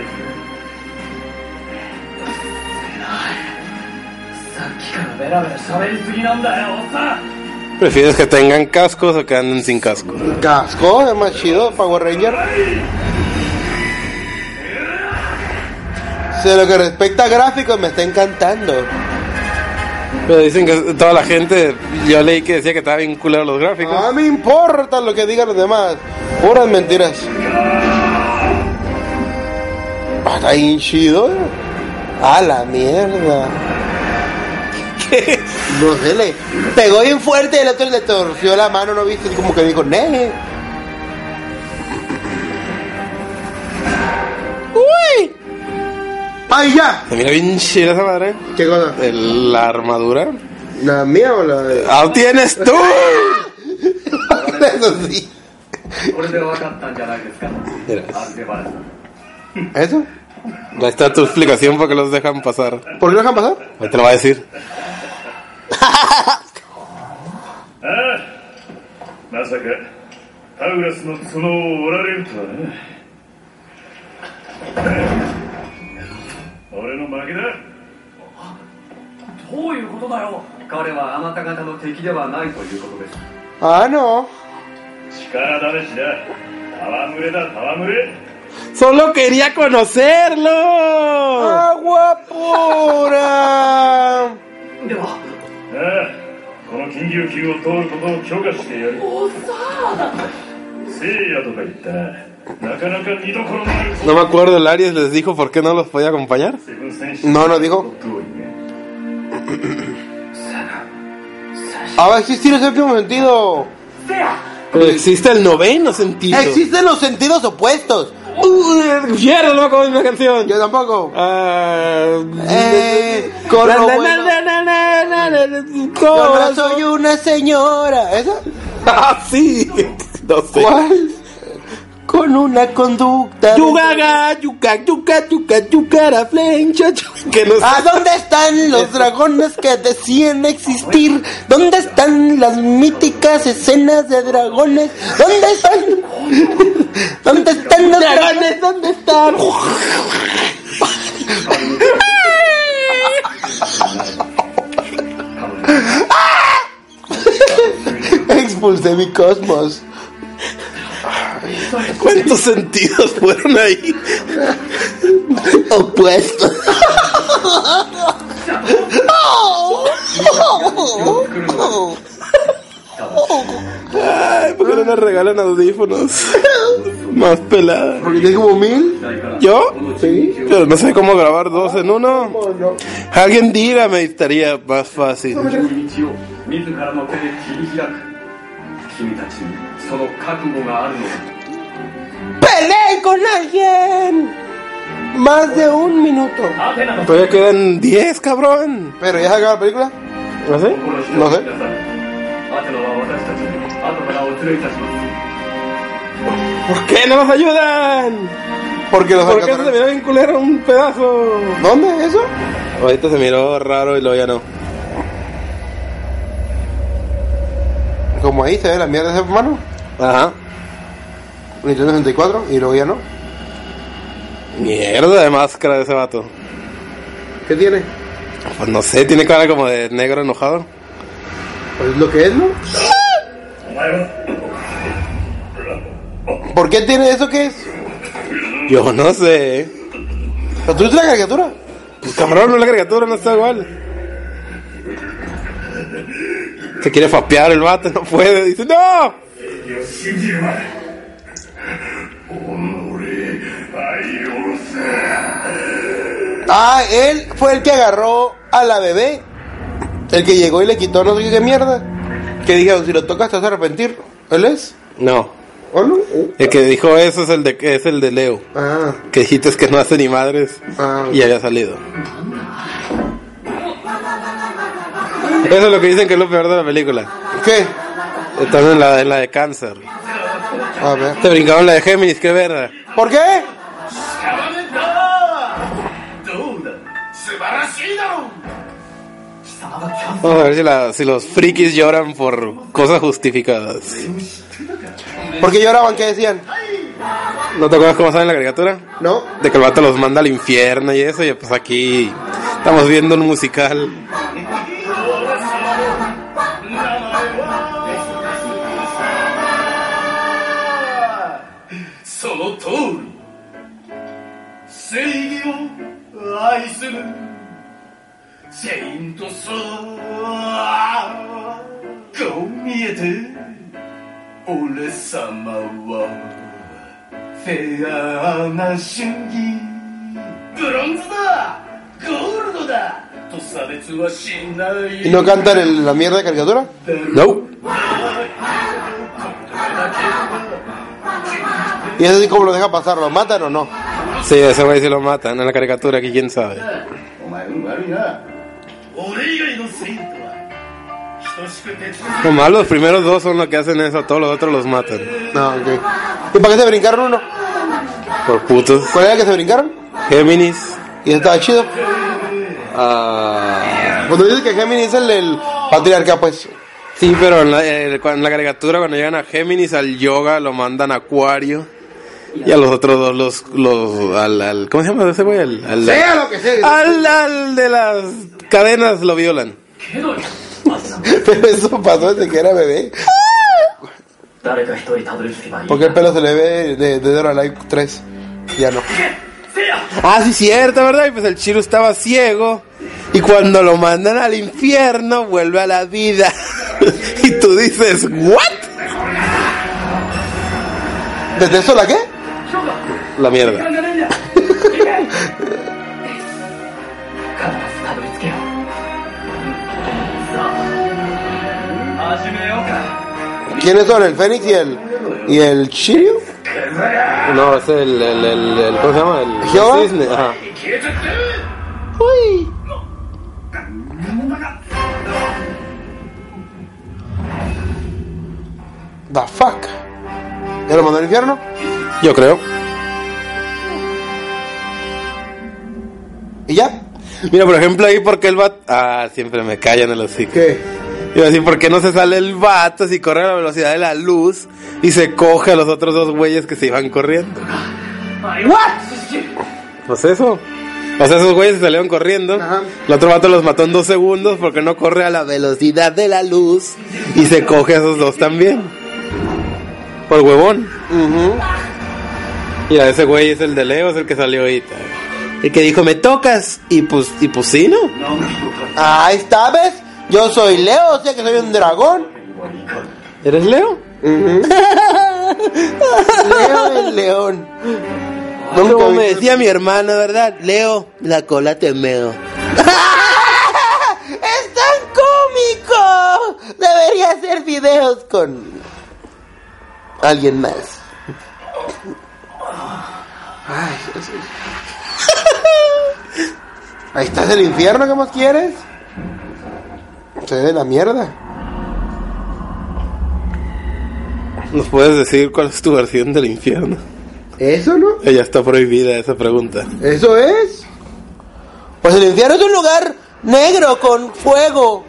さっきからベラベラ喋りすぎなんだよおっさん
¿Prefieres que tengan cascos o que anden sin casco?
Casco, es más chido, Power Ranger. Se lo que respecta a gráficos me está encantando.
Pero dicen que toda la gente, yo leí que decía que estaba bien culero los gráficos.
No me importa lo que digan los demás. Puras mentiras. Ah, Está bien chido. A la mierda. No sé, le pegó bien fuerte y el otro le torció la mano, ¿no viste? Como que dijo, ne. ¡Uy! ¡Ay, ya!
Se mira bien chida esa madre.
¿Qué cosa?
El- la armadura.
¿La mía o la de.?
¡Ah, tienes tú!
Eso sí.
これで分かったんじゃないですか
Mira,
アルデバレス
¿Eso?
ahí está tu explicación porque los dejan pasar.
¿Por qué lo dejan pasar?
Ahí te lo va a decir.
まさかタウラスの角を折られるとはな俺の負けだ
どういうことだよ
彼はあなた方の敵ではないということです
Ah, no.
力試しだ戯れだ戯れ
Solo quería conocerlo.
¡Agua pura!
でも
ああこの緊急級を通ることを許可してやるおさせいやとか言ったななかなか見どころのある
No me acuerdo, el Aries les dijo por qué no los podía acompañar.
セブン戦士
No, no dijo.
どういね
Ah, va a existir el séptimo sentido.
Pero existe el noveno sentido.
Existen los sentidos opuestos.
Uh, ¡Mierda! No me acuerdo de una canción.
Yo tampoco.
Ah,
Eh, con
na,
lo
na,
bueno.
na, na, na, na, na, na,
Yo
corazón.
no soy una señora. ¿Esa?
Ah, sí. No sé.
¿Cuál? con una conducta. de-
Yugaga, yuca, yuca, yuca, yucara, flencha, yu- que no sé.
¿A dónde están los dragones que decían existir? ¿Dónde están las míticas escenas de dragones? ¿Dónde están? ¿Dónde están los dragones? ¿Dónde están? Expulsé mi cosmos.
¿Cuántos sentidos fueron ahí?
Opuesto.
Ay, ¿por qué no nos regalan audífonos? Más pelada.
Porque tiene como mil.
¿Yo? Sí. Pero no sé cómo grabar dos en uno. Alguien diga, me estaría más fácil.
道を自らの手で切り開く君たちにその覚悟があるのだ
¡Peleé con alguien! Más de un minuto.
Todavía quedan 10, cabrón.
¿Pero ya se acabó la película?
¿Ah, ¿No sé?
心して
なぜ
くださいアテナは私たちに後からお連れいたします
¿Por qué no nos ayudan?
Porque los
¿Por qué se
alcanzaron-
miró bien culero un pedazo?
¿Dónde? ¿Eso?
Ahorita se miró raro y luego ya no.
Como ahí se ve la mierda de ese hermano.
Ajá.
Nintendo 64 y luego ya no.
Mierda de máscara de ese vato.
¿Qué tiene?
Pues no sé, tiene cara como de negro enojado.
Pues lo que es, ¿no? ¿Por qué tiene eso que es?
Yo no sé.
¿Pero tú viste la caricatura?
Pues cabrón, no la caricatura no está igual. Se quiere fapear el vato, no puede. Dice, ¡No!
信じるまで己愛をせ
Ah, él fue el que agarró a la bebé. El que llegó y le quitó no sé qué mierda. Que dijeron, si lo tocas te vas a arrepentir. ¿Él es?
No.
¿O no?
El que dijo eso es el de, es el de Leo.
Ah,
Que dijiste es que no hace ni madres.
Ah.
Y había salido. Eso es lo que dicen que es lo peor de la película.
¿qué?
Están en la, en la de cáncer.
A ver.
Te brincaron la de Géminis, qué verga.
¿Por qué?
どうだ素晴らしいだろう
Vamos a ver si, la- si los frikis lloran por cosas justificadas.
¿Por qué lloraban? ¿Qué decían?
¿No te acuerdas cómo sale en la caricatura?
¿No?
De que el vato los manda al infierno y eso, y pues aquí estamos viendo un musical.
¿Y no cantan el- la mierda de caricatura?
No.
¿Y eso sí cómo lo deja pasar? ¿Lo matan o no?
Sí, a ese güey sí lo matan en la caricatura, que quién sabe.
お前運悪いな俺以外の生徒は等しく鉄の
Nomás los primeros dos son los que hacen eso, todos los otros los matan.
No, ok. ¿Y para qué se brincaron uno?
Por putos.
¿Cuál era el que se brincaron?
Géminis.
Y estaba chido.
Ah.
Cuando dices que Géminis es el, el patriarca, pues.
Sí, pero en la, eh, cu- en la caricatura cuando llegan a Géminis al yoga lo mandan a Acuario. Y a los otros dos los... los al, al- ¿Cómo se llama ese güey? Al, al-
Sea lo que sea.
al, al de las cadenas lo violan.
Pero eso pasó desde que era bebé.
誰か一人たどり着けばいい
Porque el pelo se le ve de, de Dora Live 3. Ya no.
Ah, sí, cierto, ¿verdad? Y pues el Chiru estaba ciego. Y cuando lo mandan al infierno, vuelve a la vida. y tú dices, ¿what?
¿Desde eso la qué?
La mierda.
必ずたどり着けよさあ始めようか
¿Quiénes son? ¿El Fénix y el. y el Chirio?
No, es el, el, el, el- ¿cómo se llama? El, el
¿Jehová?
cisne, ajá.
The fuck. ¿Ya lo mandó al infierno?
Yo creo.
¿Y ya?
Mira, por ejemplo, ahí porque el vato. Ah, siempre me callan el hocico.
¿Qué?
Iba a decir, ¿por qué no se sale el vato si corre a la velocidad de la luz y se coge a los otros dos güeyes que se iban corriendo? Pues eso. O sea, esos güeyes se salieron corriendo.
Ajá.
El otro vato los mató en dos segundos porque no corre a la velocidad de la luz y se coge a esos dos también. Por huevón. Mira, ese güey es el de Leo, es el que salió ahorita. El que dijo, me tocas. Y pues, y pues sí, ¿no?
Ahí está, ¿ves? Yo soy Leo, o sea que soy un dragón.
¿Eres Leo?
Leo el león.
Como me decía mi hermano, ¿verdad? Leo, la cola te meo.
¡Es tan cómico! Debería hacer videos con alguien más. Ay, Jesús. Ahí estás el infierno, ¿qué más quieres? Se ve de la mierda.
¿Nos puedes decir cuál es tu versión del infierno?
¿Eso no?
Ella está prohibida esa pregunta.
¿Eso es? Pues el infierno es un lugar negro con fuego.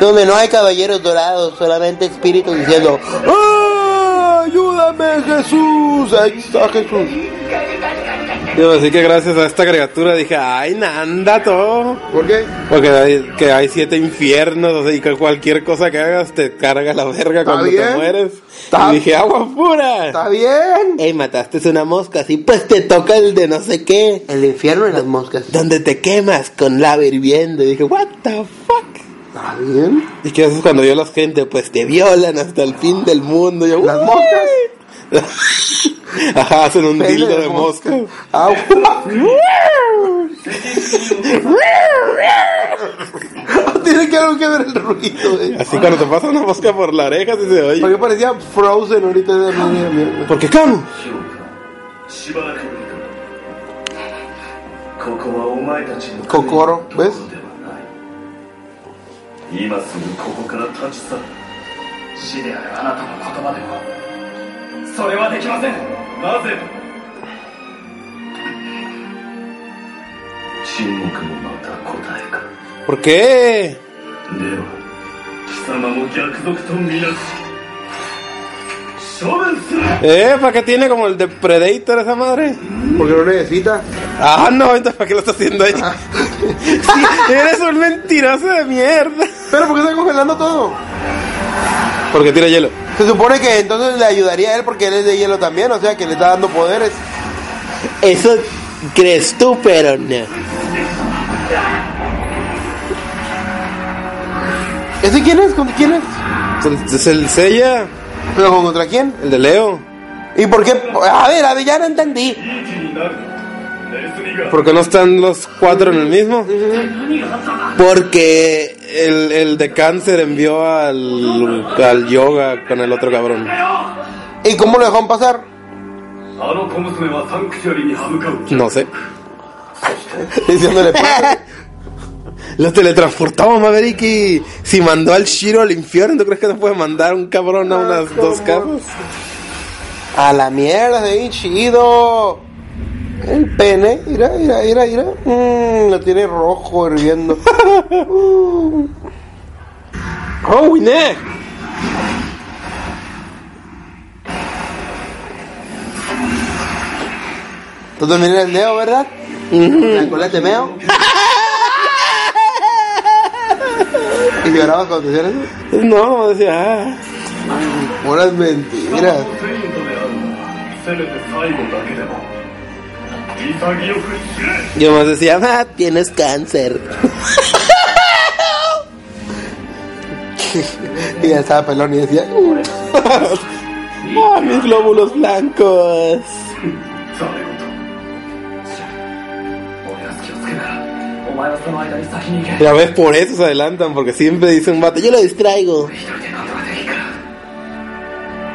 Donde no hay caballeros dorados, solamente espíritus diciendo, ¡Ah, ayúdame Jesús, ahí está Jesús.
Yo así que gracias a esta criatura dije, ay, nanda todo.
¿Por qué?
Porque hay, que hay siete infiernos, o sea, y que cualquier cosa que hagas te carga la verga cuando
bien.
te mueres.
Está-
Y dije, agua pura.
Está bien.
Ey, mataste una mosca, sí, pues te toca el de no sé qué.
El infierno en las moscas.
Donde te quemas con lava hirviendo. Y dije, what the fuck.
Está bien.
¿Y qué haces cuando violas gente? Pues te violan hasta el fin del mundo. Yo,
Las
"Uy". Ajá, hacen un
Pele
dildo
de
de mosca.
Au. Tiene que algo que ver el ruido, eh.
Así cuando te pasa una mosca por la oreja, se dice, oye.
Porque parecía Frozen ahorita de la mierda.
¿Por qué cano?
しばらくここはお前たちの
心
国のとこ
Yes.
ろではない今すぐここから立ち去る
死であるあなたの言葉ではそれはできません
なぜ沈黙もまた答えか
¿Por qué?
では貴様も逆賊とみなし処分する
¿Eh? ¿Para qué tiene como el de Predator esa madre?
Porque no necesita.
Ah, no, entonces ¿para qué lo está haciendo
Ah.
ella? Sí, eres un mentiroso de mierda.
Pero ¿por qué está congelando todo?
Porque tira hielo.
Se supone que entonces le ayudaría a él porque él es de hielo también, o sea que le está dando poderes.
Eso crees tú, pero no.
¿Ese quién es? ¿Contra quién es?
Es el Sella,
¿Pero con- contra quién?
el de Leo.
¿Y por qué? A ver, a ver, ya no entendí.
いい気になるネズミが
¿Por qué no están los cuatro en el mismo? Porque el, el de cáncer envió al, al yoga con el otro cabrón.
¿Y cómo lo dejaron pasar?
あの小娘はサンクチュアリに歯向かう
No sé.
Diciéndole, "Pasa".
Lo teletransportamos, Maverick. y Si mandó al Shiro al infierno, ¿tú crees que no puede mandar un cabrón a unas dos casas?
a la mierda, de ahí, chido. El pene, mira, mira, mira, mira. Mm, lo tiene rojo, hirviendo. Mm.
¡Oh, Winé!
Tú también eres Leo, ¿verdad? ¿La cola te meo? ¿Y llorabas cuando te hicieron eso?
No, decía. ah.
Puras mentiras.
セイントであるのはせめて最後だけでも潔く死ね
Yo más decía, ah, tienes cáncer.
Y ya estaba pelón y decía, "Mm".
¡Ah, mis glóbulos blancos!
お前はその間に先に行け
Ya ves, por eso se adelantan, porque siempre dice un vato, yo lo distraigo.
一人でなんとかできるから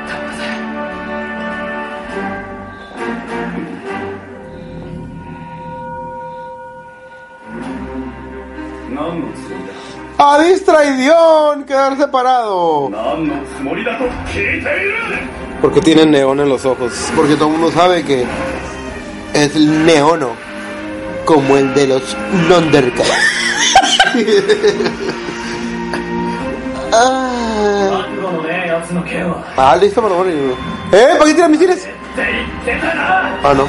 頼むぜ
何のつもりだ
¡A distraición! Quedar separado.
何のつもりだと聞いている
Porque tienen neón en los ojos.
Porque todo el mundo sabe que es el neono, como el de los Nondercats. ah,
悪魔のね、奴の剣は
Ah, listo para morir. ¿Eh? ¿Para qué tiran misiles?
絶対だな
Ah, no.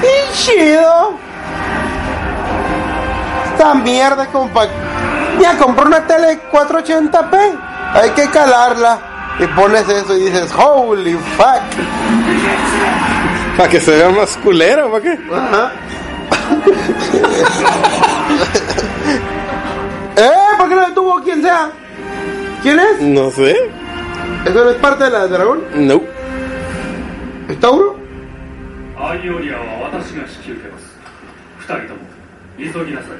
¡Qué chido! Esta mierda, compa. Ya compré una tele 480p.
Hay que calarla. Y pones eso y dices, holy fuck.
Para que se vea más culero, ¿para qué?
¿Eh? ¿Por qué lo detuvo quien sea? ¿Quién es?
No sé.
¿Eso no es parte de la de dragón?
No.
¿Es Tauro?
アイオリアは私が引き受けます二人とも急ぎなさい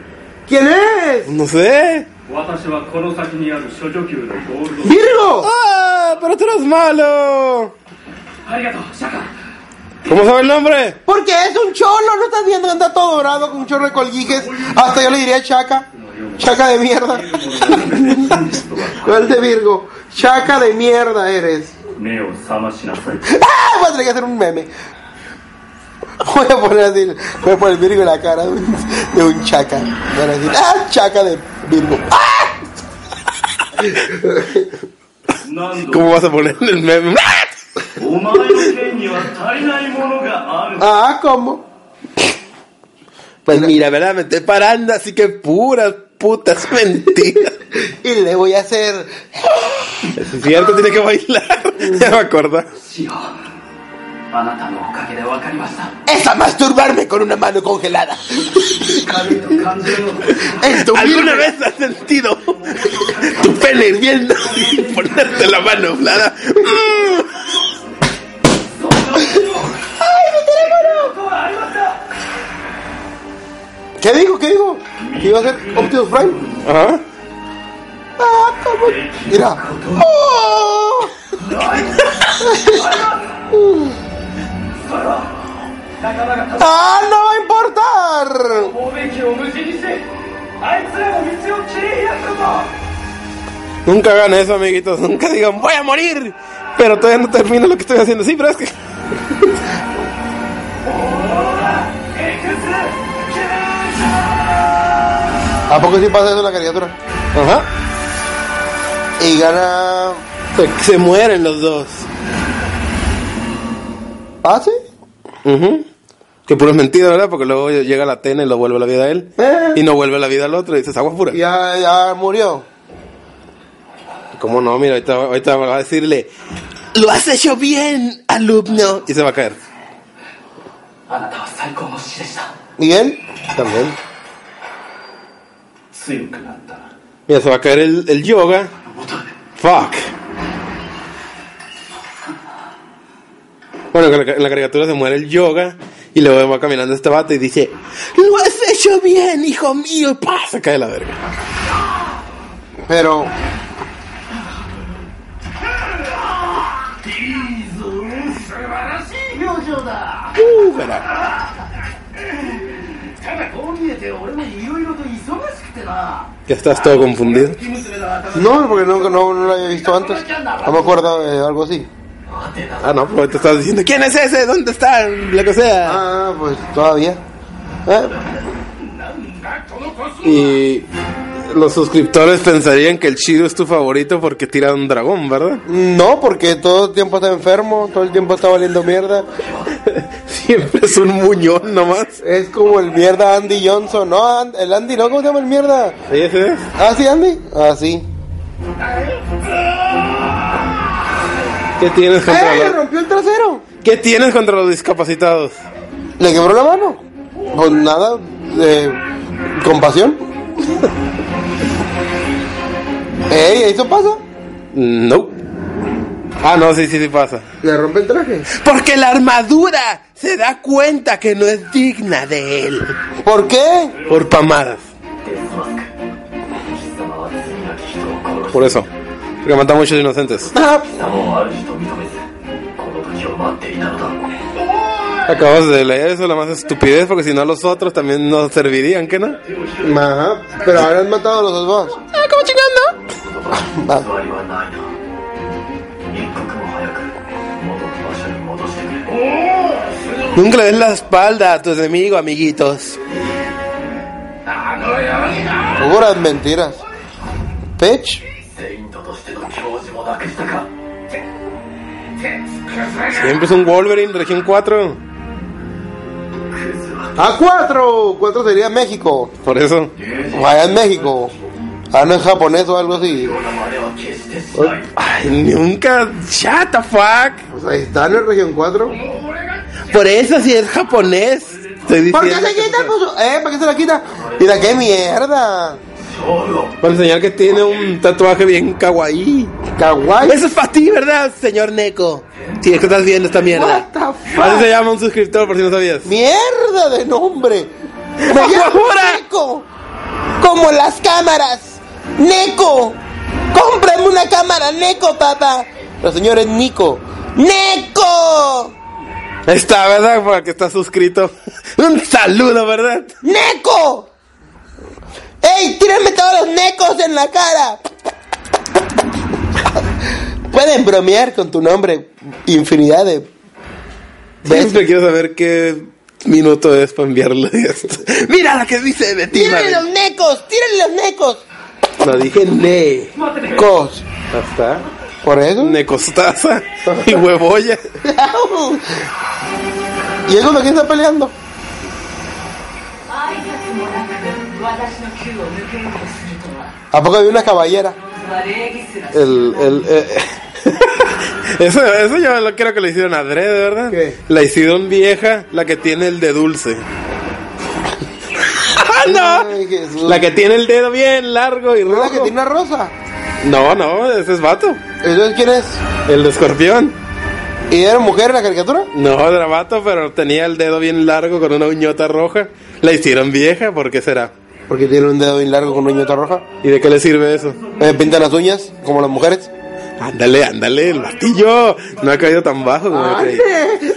¿Quién es?
No sé.
私はこの先にある諸女級のゴールド
¡Virgo!
¡Ah! ¡Pero tú eres malo!
ありがとう、シャカ
¿Cómo sabe el nombre?
Porque es un cholo, ¿no estás viendo? Anda todo dorado con un chorro de colguijes. Hasta yo le diría chaca. Chaca de mierda. ¿Cuál de Virgo? Chaca de mierda eres.
目を覚ましなさい
¡Ah! Voy a tener que hacer un meme. Voy a poner así, voy a poner Virgo en la cara de un, de un chaca. Voy a decir, ¡ah! Chaca de Virgo. ¡Ah!
何度
¿Cómo vas a ponerle el meme?
お前の剣には足りないものがある
Ah, ¿cómo?
Pues mira, me la metí parando, así que puras putas mentiras.
Y le voy a hacer.
Es cierto, tiene que bailar. Ya me acuerdo.
しようあなたのおかげでわかりました
¡Es a masturbarme con una mano congelada!
光と感情の
¡Es tu
¿Alguna
Virgo.
vez has sentido tu pene hirviendo y ponerte la mano blada? Mm.
ことはありません
¿Qué digo? ¿Qué digo? ¿Que iba a hacer Optimus Prime?
Ajá.
¡Ah, cómo! Mira. ¡Oh!
仲間が
¡Ah, no va a importar!
多べきを無事にしてあいつらの道を切り開くぞ
Nunca hagan eso, amiguitos. Nunca digan, voy a morir. Pero todavía no termino lo que estoy haciendo. Sí, pero es que...
いくつ切れ
¿A poco sí pasa eso en la caricatura?
Ajá.
Y gana.
Se, se mueren los dos.
¿Ah, sí?
Ujú. Que puro es mentira, ¿verdad? Porque luego llega la tena y lo vuelve la vida a él.
Eh.
Y no vuelve la vida al otro. Y dices, agua pura.
Ya, ya murió.
¿Cómo no? Mira, ahorita, ahorita va a decirle, lo has hecho bien, alumno. Y se va a caer.
あなたは最高の師でした
¿Y él?
También.
強くなった
Mira, se va a caer el, el yoga. Fuck. Bueno, en la, en la caricatura se muere el yoga. Y luego va caminando este vato y dice, lo has hecho bien, hijo mío. Y pa, se cae la verga.
Pero.
Uh, verá.
ただこう見えて俺もいろいろと忙しくてな
Ya estás todo confundido.
生娘の頭
No, porque no, no, no lo había visto antes. No me acuerdo de algo así.
Ah, no, pero te estás diciendo, ¿quién es ese? ¿Dónde está? Lo que sea.
Ah, pues todavía. ¿Eh?
Y los suscriptores pensarían que el Chido es tu favorito porque tira un dragón, ¿verdad?
No, porque todo el tiempo está enfermo, todo el tiempo está valiendo mierda.
Siempre es un muñón nomás.
Es como el mierda Andy Johnson, ¿no? And- el Andy, ¿no? ¿Cómo se llama el mierda?
¿Sí, ese es? ¿eh?
¿Ah, sí, Andy? Ah, sí.
¿Qué tienes contra
¡Eh, le
los...
rompió el trasero!
¿Qué tienes contra los discapacitados?
Le quebró la mano. Con nada de compasión. ¡Ey, eso pasa!
No. Ah, no, sí, sí, sí pasa.
Le rompe el traje.
Porque la armadura se da cuenta que no es digna de él.
¿Por qué?
Por pamadas.
デスマスク貴様は罪なき人を殺
Por eso. Porque mata a muchos inocentes.
貴様を主と認めずこの時を待っていたのだ
Acabas de leer eso, la más estupidez, porque si no los otros también no servirían, ¿qué no? Ah,
Ajá, pero ahora han matado a los dos.
偽りはないな一刻も早く元の場所に戻してくれ
Nunca le des la espalda a tus enemigos, amiguitos.
Puras mentiras. Pech.
セイントとしての教授もなくしたか
Siempre es un Wolverine, región 4.
A cuatro. Cuatro sería México.
Por eso.
Allá en México. Ah, no es japonés o algo así.
までは決してしない
Ay, nunca. Shut the fuck.
Pues ahí está en la región 4.
Por eso si es japonés. Estoy diciendo.
¿Por qué se quita? el coso? ¿Eh? ¿Por qué se la quita? Mira, qué mierda.
Para enseñar que tiene un tatuaje bien kawaii.
Kawaii.
Eso es para ti, ¿verdad, señor Neko? Si es que estás viendo esta
What
mierda.
the
Así se
fuck?
llama un suscriptor, por si no sabías.
Mierda de nombre. Me llamo
¡Ahora!
Neko. Como las cámaras. Neko. Cómprame una cámara, Neko, papá. La señora es Nico. Neko.
Está, ¿verdad? Para el que está suscrito. un saludo, ¿verdad?
¡Neco! ¡Ey, tírenme todos los necos en la cara! Pueden bromear con tu nombre infinidad de...
Siempre quiero saber qué minuto es para enviarle esto. Mira la que dice de ti,
¡Tírenle los
madre.
necos! ¡Tírenle los necos!
No dije ne.
¡Cos!
Hasta.
¿Por eso?
Necostaza y huevoya.
¿Y eso es lo que está peleando?
挨拶もなく私の球を抜けようとするとは
¿A poco había una caballera?
それは礼儀すらし
El, el, eh, eso, eso yo lo creo que le hicieron adrede, ¿verdad?
¿Qué?
La hicieron vieja, la que tiene el de dulce. ¡Ah, no!
Ay, Jesús.
La que tiene el dedo bien largo y
¿No es la
rojo.
que tiene una rosa?
No, no, ese es vato.
¿Entonces quién es?
El de escorpión.
¿Y era mujer en la caricatura?
No, era vato, pero tenía el dedo bien largo con una uñota roja. La hicieron vieja, ¿por qué será?
Porque tiene un dedo bien largo con una uñota roja.
¿Y de qué le sirve eso?
Eh, pintan las uñas, como las mujeres.
Ándale, ándale, el batillo. No ha caído tan bajo como yo creí.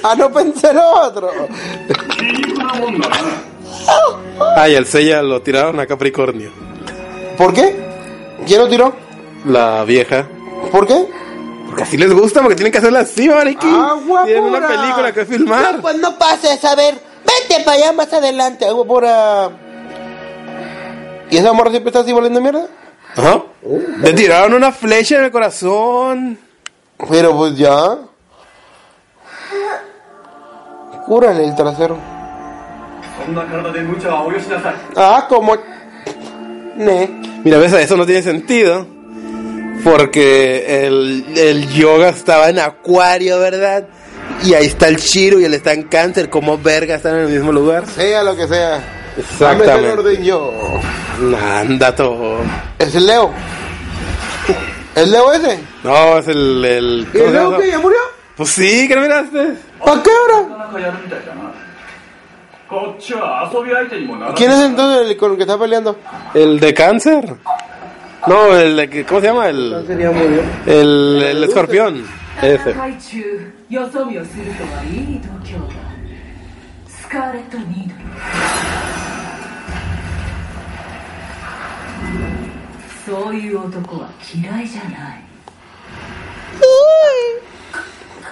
¡Ah, no pensé en otro!
皮肉なもんだな
Ay, al Sella lo tiraron a Capricornio.
¿Por qué? ¿Quién lo tiró?
La vieja.
¿Por qué?
Porque así les gusta, porque tienen que hacerla así, Mariki. Tienen una película que filmar.
pues no pases, a ver. Vete para allá más adelante, agua pura. ¿Y esa morra siempre está así volviendo mierda?
Ajá. Le tiraron una flecha en el corazón.
Pero pues ya. Cúrale el trasero.
そんな体で無茶はおよしなさい
Ah, como. Ne.
Mira, ves, eso no tiene sentido. Porque el, el yoga estaba en acuario, ¿verdad? Y ahí está el Chiru y él está en cáncer. Como verga están en el mismo lugar?
Sea lo que sea. Dame ese
Exactamente.
orden yo.
Anda todo.
Es el Leo. ¿El Leo ese?
No, es el. el
¿Y
¿cómo
el
se
Leo
llama?
que ya murió?
Pues sí, que lo miraste.
¿Para qué ahora?
なかなかやるみたいだなこっちは遊び相手にもならない
¿Quién es entonces el con el que está peleando?
El de cáncer. No, el de. que- ¿Cómo se llama? El,
Sería muy bien.
el, el escorpión.
い
Ese.
戦い中よそ見をするとはいい度胸だスカーレット・ニードルそういう男は嫌いじゃない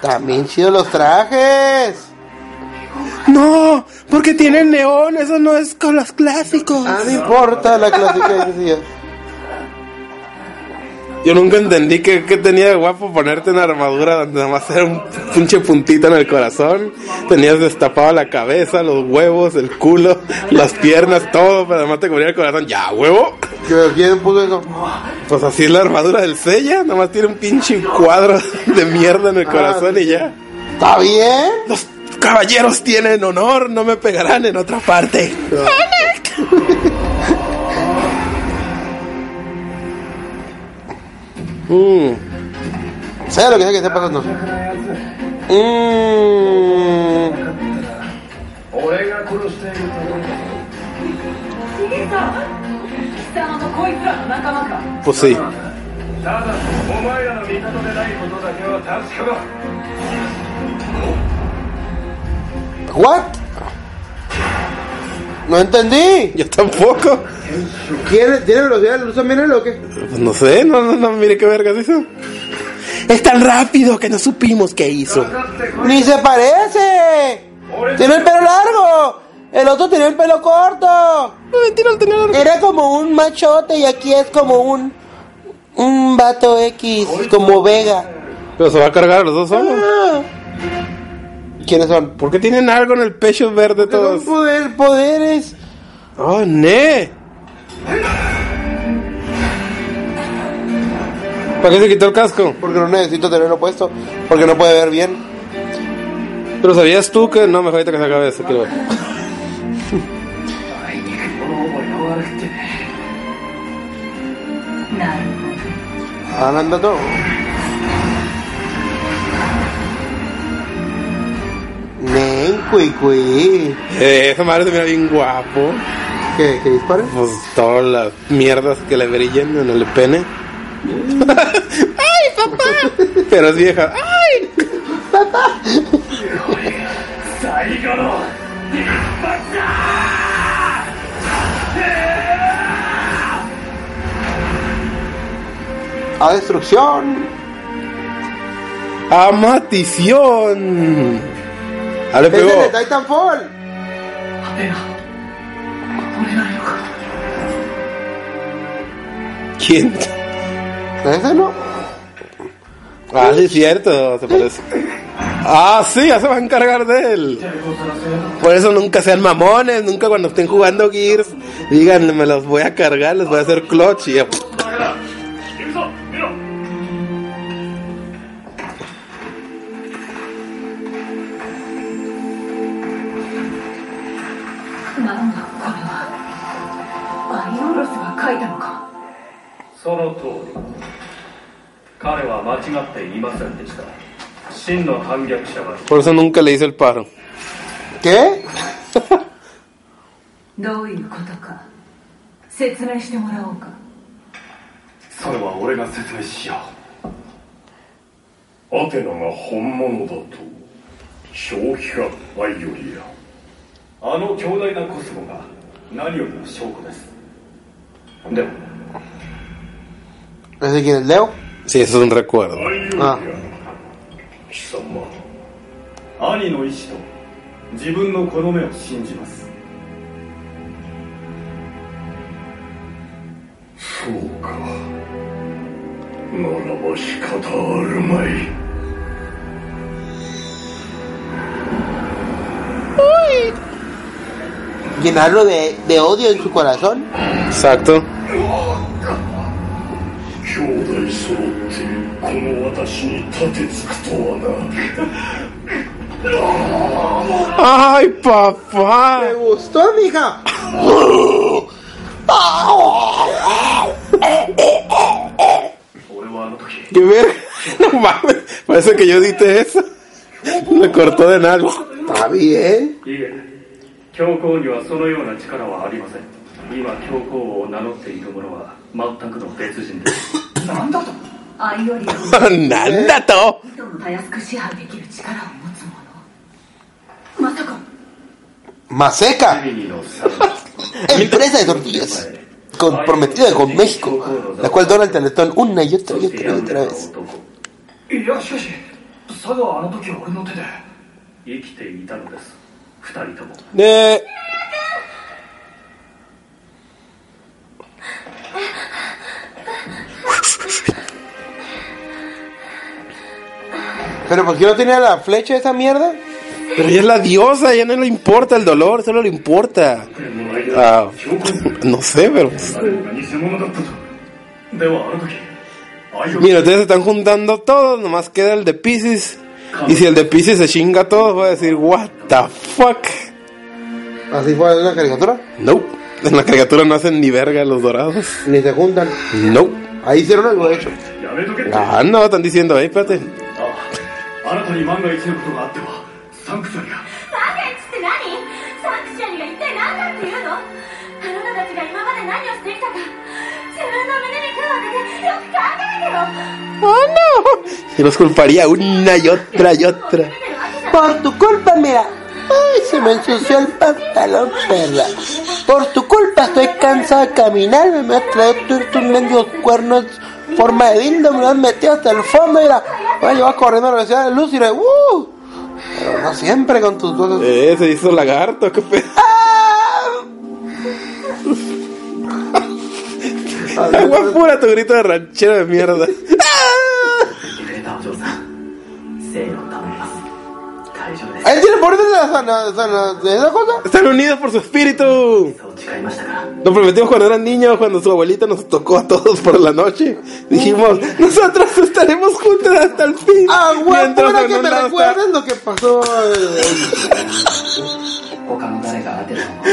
También chido los trajes.
No, porque tiene neón. Eso no es con los clásicos.
Ah, no importa la clásica que decía.
Yo nunca entendí que, que tenía de guapo ponerte una armadura donde nada más era un pinche puntito en el corazón. Tenías destapado la cabeza, los huevos, el culo, las piernas, todo, pero además te cubría el corazón. ¡Ya, huevo!
¿Pero ¿Quién puso eso?
Pues así es la armadura del Sella. Nada más tiene un pinche cuadro de mierda en el corazón y ya.
¿Está bien?
Los caballeros tienen honor, no me pegarán en otra parte. Mm.
Sea lo que sea que esté pasando.
Mm,
Mmm.
俺が殺しているとこ
貴様もこいつらの仲間か
Pues sí.
ただお前らの味方でないことだけは確かだ
¿What? No entendí.
Yo tampoco. Pues
¿Tiene, tiene velocidad de la luz también el loque?
No sé, no, no, no, mire qué vergas hizo. Es tan rápido que no supimos qué hizo.
¡Ni se parece! ¡Tiene el pelo largo! El otro tenía el pelo corto. Era como un machote y aquí es como un. Un vato X, como Vega.
Pero se va a cargar a los dos solos.
Ah,
¿Quiénes son? ¿Por qué tienen algo en el pecho verde todos?
son poder, poderes.
¡Oh, ne! ¿Para qué se quitó el casco?
Porque no necesito tenerlo puesto. Porque no puede ver bien.
Pero sabías tú que no, mejor ahorita que se acabe esto, quiero ver.
Ananda todo. Nen, cuy, cuy.
Eh, esa madre se mira bien guapo.
¿Qué, qué dispara?
Pues todas las mierdas que le brillan en el pene. ¡Ay, papá! Pero es vieja. ¡Ay!
最後の一発だえ
¡A destrucción!
¡A matición! Ah, le
¡Es
pegó.
el de Titanfall!
ーハテナ俺なのか
¿Quién?
¿Ese no?
Ah, sí, es cierto, se parece. Ah, sí, ya se va a encargar de él. Por eso nunca sean mamones, nunca cuando estén jugando Gears, digan, me los voy a cargar, les voy a hacer clutch y ya.
だから行くぞ見ろ
その通り彼は間違っていませんでした真の反逆者は
Por eso nunca le hice el paro.
¿Qué?
どういうことか説明してもらおうか
それは俺が説明しよ
アテナが本物だと正気かバイオリア
うあの強大なコスモが何よりの証拠ですでも
¿Ese quién es Leo?
Sí, eso es un recuerdo.
バイオリア
あ
貴様
兄の意志と自分のこの目を信じます
そうかならば仕方あるまい
Llenarlo de, de odio en su corazón.
Exacto.
兄弟揃ってこの私に立てつくとはな
¡Ay, papá!
Me gustó, mija.
¡Qué verga! No mames, parece que yo edité eso. Le cortó de nada.
Está bien.
いいえ教皇にはそのような力はありません今教皇を名乗っている者は全くの別人です
何だとアイオリアを
¡Nandato!
人をたやすく支配できる力を持つ者まさか
Maseca,
ミニの三
empresa de tortillas. Comprometida con México, la cual dona el Teletón una y otra
そ
y
して
otra y
病
otra
んだ
vez.
男
いやしかし佐賀はあの時は俺の手で
生きていたのです二人とも
Eh,
Pero ¿por qué no tenía la flecha esa mierda?
pero ella es la diosa, ya no le importa el dolor, solo le importa. Ah, no sé, pero.
偽物だったとではあの時
Mira, ustedes se están juntando todos, nomás queda el de Pisces. Y si el de Pisces se chinga todo, voy a decir, ¿What the fuck?
Así fue en la caricatura.
Nope. En la caricatura no hacen ni verga los dorados.
Ni se juntan.
Nope.
Ahí hicieron algo, de hecho.
やめとけってあ
Ah, no, están diciendo, ahí, espérate.
ああなたに万が一のことがあってはサンクチュアリが
サンクチって何サンクチャリが一体何だっていうのあなたたちが今まで何をしてきたか自分の胸に手を当ててよく考えてよ
¡Oh, no!
Se los culparía una y otra y otra.
Por tu culpa, mira. Ay, se me ensució el pantalón, perra. Por tu culpa estoy cansado de caminar. Me has traído tú tus mendigos cuernos en forma de dildo. Me los has metido hasta el fondo. Mira, voy a llevar corriendo a la velocidad de luz y le... ¡Uh! Pero no siempre con tus cosas.
Eh, se hizo lagarto, qué pedo. Agua pura tu grito de ranchero de mierda.
くれたお嬢さん生のためです大丈夫で
¿Él tiene poder de la sana, sana- de esa cosa?
Están unidos por su espíritu.
すそう誓いましたから
Nos prometimos cuando eran niños, cuando su abuelita nos tocó a todos por la noche. Dijimos, nosotros estaremos juntos hasta el fin.
Agua
Mientras
pura
en
que
un
me
lado
recuerdes lo que pasó. eh,
他の誰か当てたの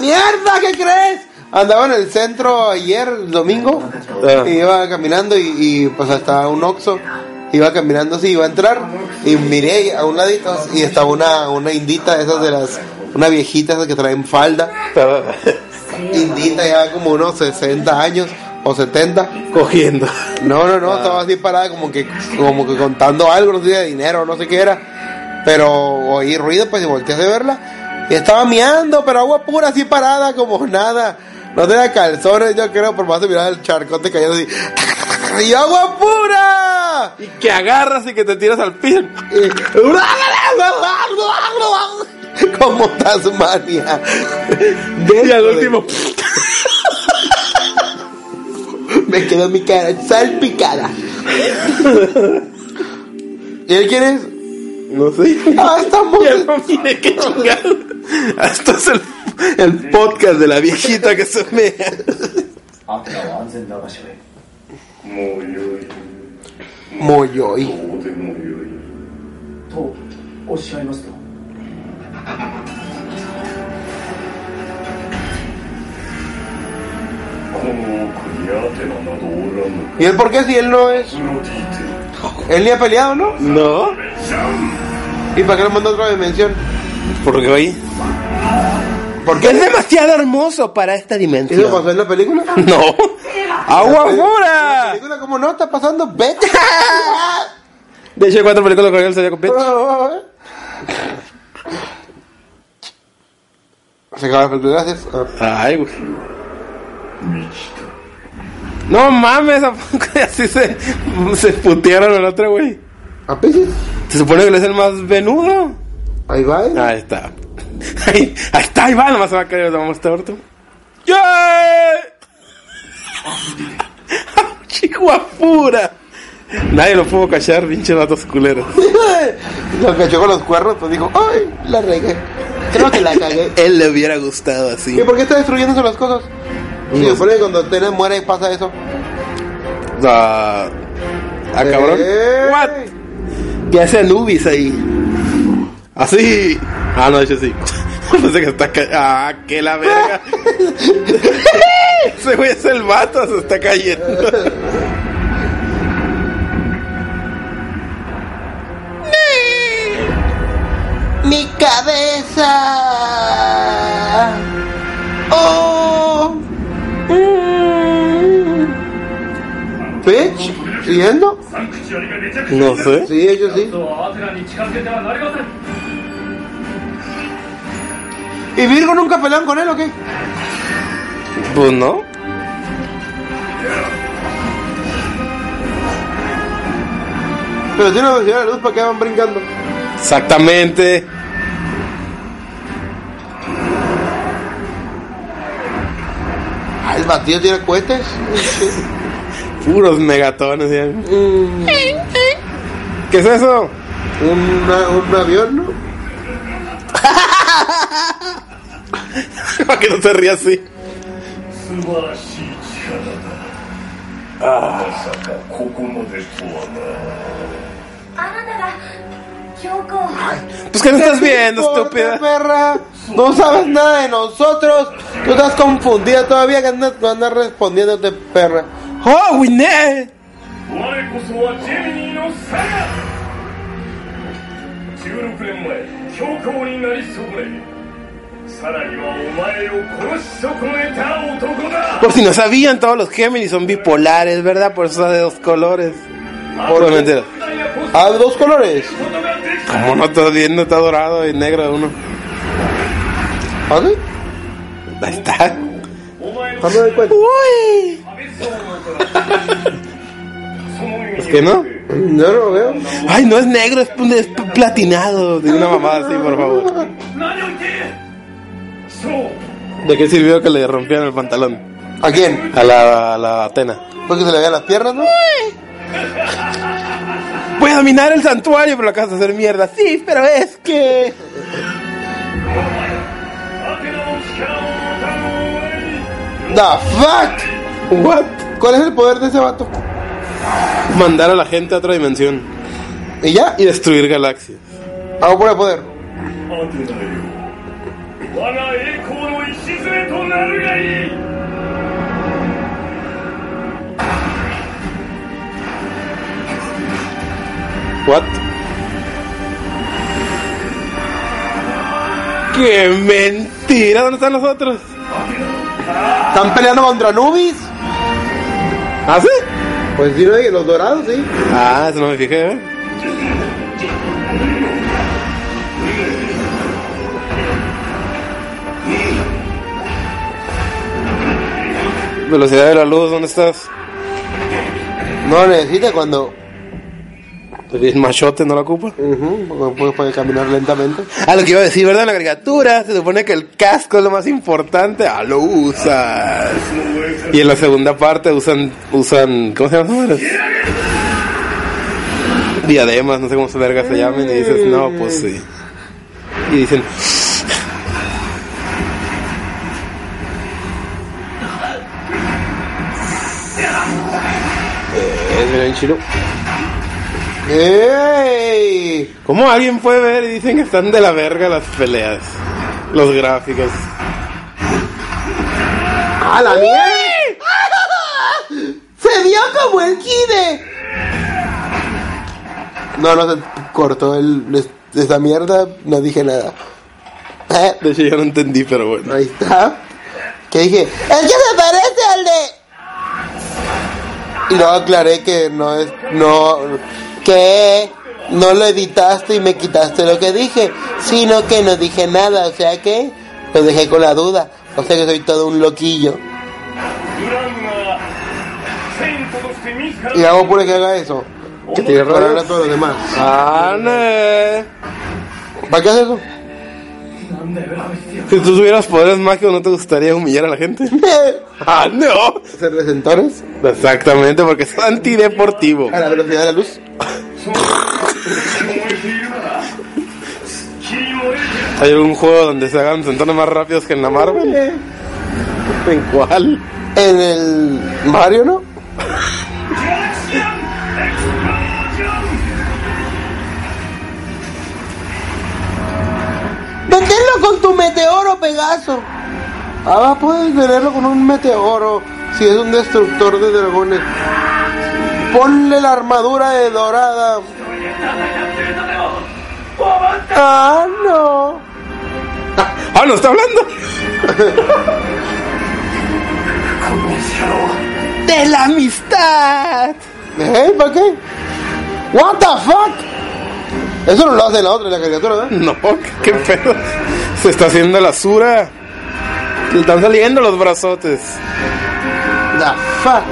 ¡Mierda! ¿Qué crees? Andaba en el centro ayer, el domingo.
Ah.
Y iba caminando y, y, pues hasta un oxo. Iba caminando así, iba a entrar. Y miré a un ladito y estaba una, una indita de esas de las. Una viejita esas que traen falda.
está
Indita ya como unos 60 años o 70.
cogiendo.
No, no,
Ah.
no, estaba así parada como que como que contando algo, no sé si de dinero, no sé qué era. Pero oí ruido, pues y volteé de verla. Y estaba miando, pero agua pura, así parada, como nada. No tenía calzones, yo creo, por más de mirar el charcote cayendo así. ¡Y agua pura!
Y que agarras y que te tiras al piso.
Y- Como Tasmania.
Y al último,
Me quedó mi cara salpicada. ¿Y él quién es?
no sé.
Ah, estamos.
Ya no mire qué chingado. Esto es el, el podcast de la viejita que se mea.
あんたらは安全な場所へ
もうよい
Moyoy.
どうでもよい
とおっしゃいますと
この奥にアテナなどおらぬか
¿Y él por qué si él no es?
プロディテ
Él ni ha peleado, ¿no?
No,
¿Y para qué lo mandó a otra dimensión?
porque hoy.
Porque
Es demasiado hermoso para esta
¿Eso
dimensión.
pasó en la película?
No. ¡Agua
¿La
pura!
película cómo no está pasando? ¡Vete!
De hecho, hay cuatro películas con él se había completo.
Se acaba la película, gracias. Ah.
Ay, güey. No mames, ¿a poco así se, se putearon al otro, güey.
¿A Pisces?
Se supone que él es el más venudo.
pues Ahí va. ¿eh? él.
Ahí está. Ahí, ahí está, ahí va, nomás se va a caer, nomás está orto. ¡Yay! ¡Chihuahua pura! Nadie lo pudo cachar, pinche vatos culeros.
Lo cachó con los cuernos, pues dijo, ¡ay! La regué. Creo que la cagué.
Él le hubiera gustado así.
¿Y por qué está destruyéndose las cosas? Si se supone que cuando Tena muere pasa eso.
Ah, ah, cabrón.
¡Ey!
What? ¿Qué hace Anubis ahí? Así. Ah, no, de hecho sí. Pensé que está ca- Ah, que la verga. Ese güey es el vato, se está cayendo.
¡Mi cabeza! ¡Oh! Mm.
¿Bitch? ¿Siguiendo?
サンクチュアリがめちゃくちゃ
No sé.
Sí, ellos sí.
そうアテナに近づけてはなりません
¿Y Virgo nunca pelean con él o qué?
Pues no.
Pero tiene velocidad de la luz para que van brincando.
Exactamente.
Ah, el batido tiene cohetes.
Puros megatones. ya. ¿Qué es eso?
Una- un avión, ¿no?
Para que no se ría así.
素晴らしい力だまさかここまでとは
あなたが教皇
Pues que no estás viendo,
Corte,
estúpida.
perra! No sabes nada de nosotros. Tú estás confundida todavía que andas, no andas respondiéndote, perra.
Oh, Winnet.
な我こそはジェミニーのサガ16年前教皇になりそめさらにはお前を殺し損ねた男だ
Por si no sabían, todos los Géminis son bipolares, ¿verdad? Por eso son de dos colores. Por lo menos.
Ah, dos colores.
Como no está viendo, está dorado y negro uno.
¿Ah, sí? Ah,
Ahí está.
No me doy cuenta.
Uy.
そ
¿Es que no?
Mm, Yo no lo veo.
Ay, no es negro, es, es platinado. Dime una mamada así, por favor.
何を言っている
¿De qué sirvió que le rompieran el pantalón?
¿A quién?
A la, a la Atena.
Porque Pues se le vean las piernas, ¿no?
Voy a dominar el santuario, pero lo acabas de hacer mierda. Sí, pero es que.
アテナの力を持たぬ俺に
The fuck?
What?
¿Cuál es el poder de ese vato?
Mandar a la gente a otra dimensión
¿Y ya?
y destruir galaxias.
Ah, por el poder.
アテナよ我が栄光の礎となるがいい
What? ¡Qué mentira! ¿Dónde están los otros?
¿Están peleando contra Nubis?
¿Ah, sí?
Pues sí, ¿no? Y los dorados, sí.
Ah, eso no me fijé, ¿eh? Velocidad de la luz, ¿dónde estás?
No lo necesita cuando.
El machote no la ocupa.
Ujú, porque puede, puede caminar lentamente.
Ah, lo que iba a decir, ¿verdad? En la caricatura se supone que el casco es lo más importante. Ah, lo usas. Y en la segunda parte usan, usan, ¿cómo se llaman? esas madres? Diademas, no sé cómo se verga se llamen. Y dices, no, pues sí. Y dicen,
Eh, mira, en chino. ¡Ey!
¿cómo alguien puede ver? Y dicen que están de la verga las peleas, los gráficos.
¡A la mierda! ¡Se vio como el Kide! No, no se cortó el, es- esa mierda, no dije nada. Eh,
De hecho, yo no entendí, pero bueno.
ahí está. Que dije, ¡Es que se parece al de! Y luego aclaré que no es. No. Que no lo editaste y me quitaste lo que dije, sino que no dije nada, o sea que lo dejé con la duda. O sea que soy todo un loquillo.
ブラウンがセイントとして自ら
Y hago por que haga eso.
Que tiene
Para hablar
errores.
a todos los demás.
Ah, no.
¿Para qué haces eso?
Si tú tuvieras poderes mágicos, ¿no te gustaría humillar a la gente? ¡Ah, no!
¿Hacer resentores?
Exactamente, porque es antideportivo.
A la velocidad de la luz.
燃えているなら月に燃えて
¿Hay algún juego donde se hagan sentadas más rápidos que en la Marvel? ¿En cuál?
En el Mario, ¿no? ¡Deténlo con tu meteoro, Pegaso! Ahora puedes tenerlo con un meteoro si es un destructor de dragones. Ponle la armadura de dorada. ¡Ah, no!
¡Ah, no está hablando! ¡De la amistad!
¿Eh? ¿Para qué? ¿What the fuck? Eso no lo hace en la otra, en la caricatura, ¿verdad?
No, qué pedo. Se está haciendo la sura. Le están saliendo los brazotes.
The fuck.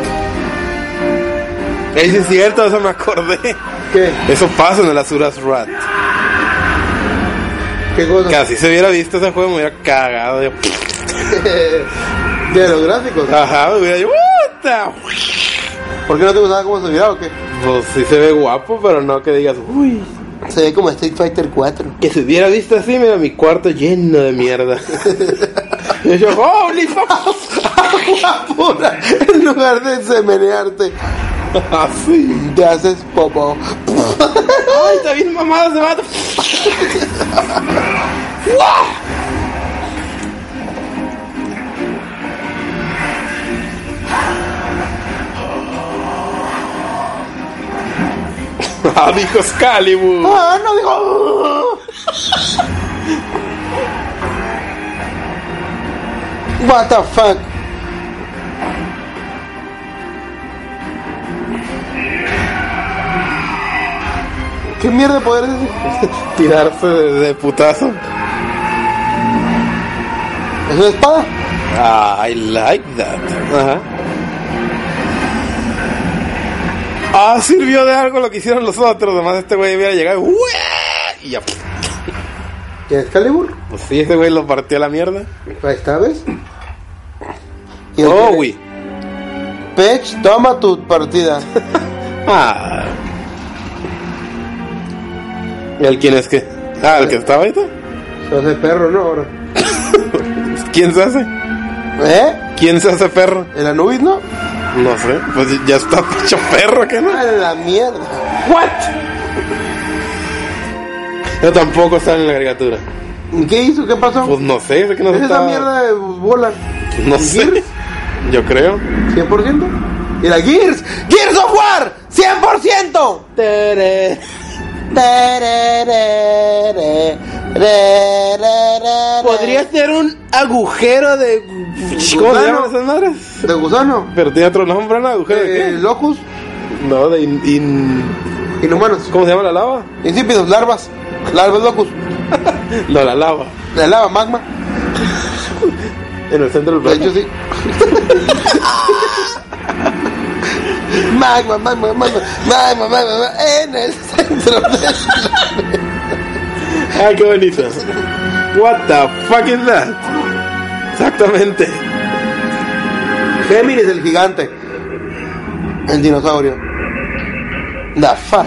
Ey, sí Es cierto, eso me acordé.
¿Qué?
Eso pasa en el Asuras Rat.
¿Qué cosa?
Casi se hubiera visto ese juego, me hubiera cagado. Yo,
de los gráficos.
ajá, me hubiera yo. "Puta".
¿Por qué no te gustaba cómo se miraba o qué?
Pues sí se ve guapo, pero no que digas, uy.
Se ve como Street Fighter 4.
Que se hubiera visto así, mira mi cuarto lleno de mierda. y yo, "Oh, holy fuck.
Pura, en lugar de semenearte,
Ah, Así.
te haces popo.
Ay, está bien mamado ese vato. Ah, dijo Excalibur.
¡Ah, no digo! What the fuck? ¿Qué mierda de poder es ese?
Tirarse de, de putazo.
¿Es una espada?
Ah, I like that. Ajá. Ah, sirvió de algo lo que hicieron los otros. Además, este güey hubiera llegado. ¡Ué! Y ya.
¿Qué es Calibur?
Pues sí, este güey lo partió a la mierda.
Ahí está, ¿ves? Y el
Oh,
que-
güey.
Pech, toma tu partida.
Ah. ¿Y el quién es que? Ah, el que estaba ahorita.
Se hace perro, ¿no? Ahora.
¿Quién se hace?
¿Eh?
¿Quién se hace perro?
¿El Anubis, no?
No sé. Pues ya está hecho perro, ¿qué no?
A la mierda.
¿What? Yo tampoco sale en la caricatura.
¿Qué hizo? ¿Qué pasó?
Pues no sé, sé que no
es esa
está.
mierda de bola.
No sé. Yo creo.
100%. Y la Gears. Gears of War. 100%. Tere. Tererere. Rererere.
Podría ser un agujero de. ¿Cómo se llaman esas madres?
¿De gusano?
Pero tiene otro nombre, ¿no? ¿Agujero de
Eh,
qué?
locus.
No, de in, in-
Inhumanos.
¿Cómo se llama la lava?
Insípidos. Larvas. Larvas locus.
No, la lava.
La lava magma.
En el centro
De
del
hecho,
planeta.
sí. magma, magma, magma. Magma, magma, magma. En el centro de...
Ah, qué bonito. What the fuck is that? Exactamente.
Géminis el gigante. El dinosaurio. The fuck.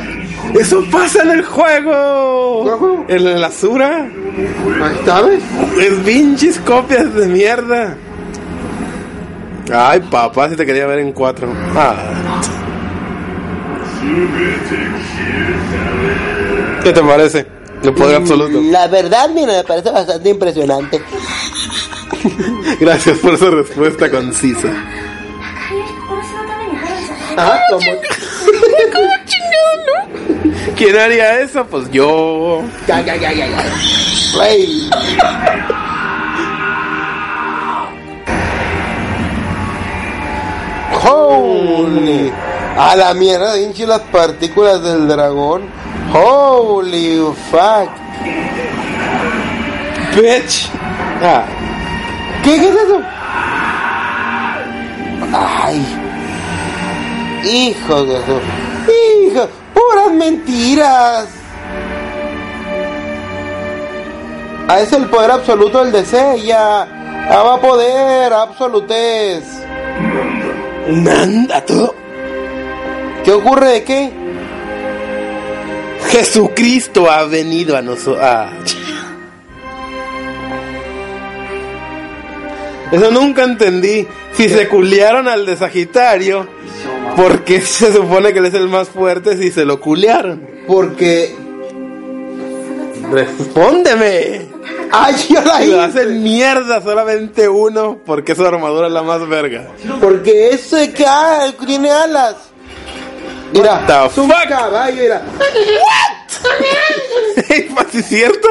Eso pasa en el juego.
¿Cuál juego?
En la basura.
Ahí ¿Sabes?
Es Pues, pinches copias de mierda. Ay, papá, si te quería ver en cuatro. Ah. ¿Qué te parece? El poder absoluto.
La verdad, mira, me parece bastante impresionante.
Gracias por esa respuesta concisa.
ああいう人殺しのために入るんじゃない
Ah,
Ajá, como.
¿Quién haría eso? Pues yo.
Ya, ya, ya, ya, ya. Güey. Holy. A la mierda, hinche las partículas del dragón. Holy fuck.
Bitch. Ah,
¿Qué, qué es eso? Ay. Hijo de eso. Hijo. Puras mentiras. Ah, es el poder absoluto del deseo. Ya. Ah, va a poder. Absolutez.
Nanda, todo.
¿Qué ocurre de qué?
Jesucristo ha venido a nosotros. Eso nunca entendí. Si se culearon al de Sagitario, ¿por qué se supone que él es el más fuerte si se lo culearon?
Porque.
Respóndeme.
¡Ay, yo la
Pues Lo
hice!
hacen mierda solamente uno porque su armadura es la más verga.
Porque ese que ah, tiene alas. Mira,
What the
es un
fuck?
caballo, mira.
¿Sí es cierto?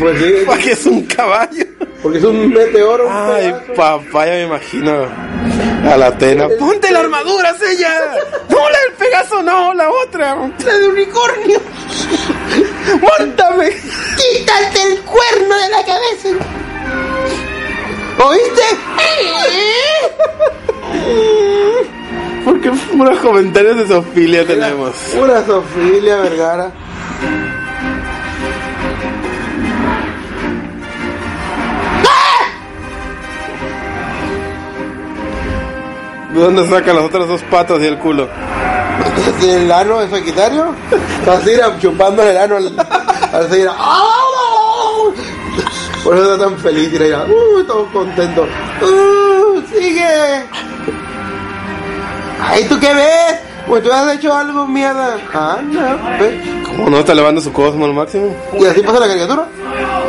Pues sí,
¿Para qué es un caballo?
porque es un meteoro. un
Ay,
pedazo.
papá, ya me imagino a la tena. ¡Ponte la armadura, Sella! ¡No, la del Pegaso, no! ¡La otra! ¡La de unicornio! ¡Móntame!
¡Quítate el cuerno de la cabeza! ¿Oíste?
Porque puros comentarios de Sofía tenemos.
Pura Sofía Vergara.
¿De dónde saca las otras dos patas y el culo?
¿El ano de Sagitario? Así era chupando el ano al, al seguir. ¡Ah! Por eso está tan feliz, mira, mira. ¡Uh! Todo contento. ¡Uh! ¡Sigue! ¡Ay, tú qué ves! Pues tú has hecho algo, mierda. Ah, no, ¿ves?
¿Cómo no está elevando su cosmo al máximo?
¿Y así pasa la caricatura?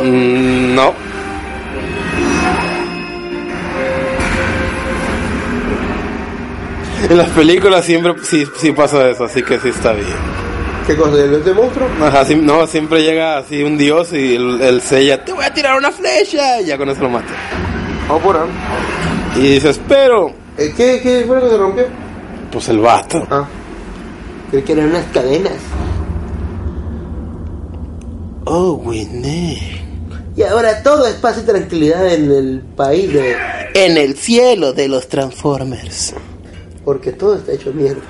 Mm, no. En las películas siempre sí, sí pasa eso, así que sí está bien.
¿Qué cosa? ¿El este monstruo?
Ajá, sí- no, siempre llega así un dios y el, el sella, te voy a tirar una flecha, y ya con eso lo mata.
Oh, por ahí.
Y dices, pero,
Eh, ¿Qué, qué fue lo que se rompió?
pues el vato.
Ah, creo que eran unas cadenas.
Oh, Winnie.
Y ahora todo es paz y tranquilidad en el país de...
En el cielo de los Transformers.
Porque todo está hecho mierda.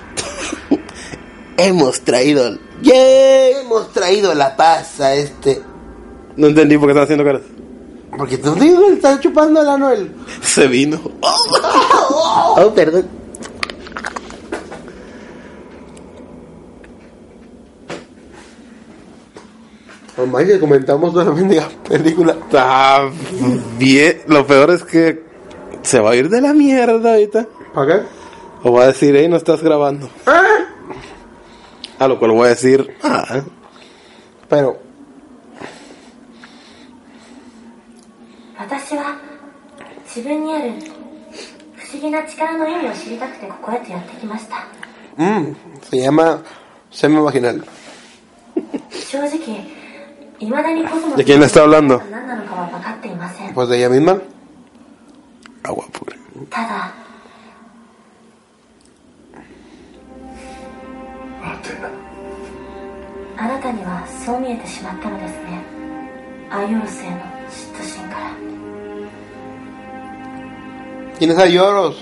Hemos traído.
Eh,
Hemos traído la paz a este...
No entendí por qué están haciendo caras.
Porque no digo que le está chupando el ano el...
Se vino.
Oh, perdón.
Mamá, que comentamos solamente la película.
Está bien. Lo peor es que se va a ir de la mierda ahorita.
¿Para qué?
O va a decir, hey, no estás grabando. A lo cual voy a decir, ah,
Pero,
私は自分にある不思議な力の意味を知りたくてここへとやってきました
mm, se llama semi-vaginal.
正直いまだにコスモス
¿de quién le está hablando?
が何なのかは分かっていません
Pues de ella misma.
Agua pura.
ただ
はてな
あなたにはそう見えてしまったのですねアイオロスへの嫉妬心から
¿Quién es Ayoros?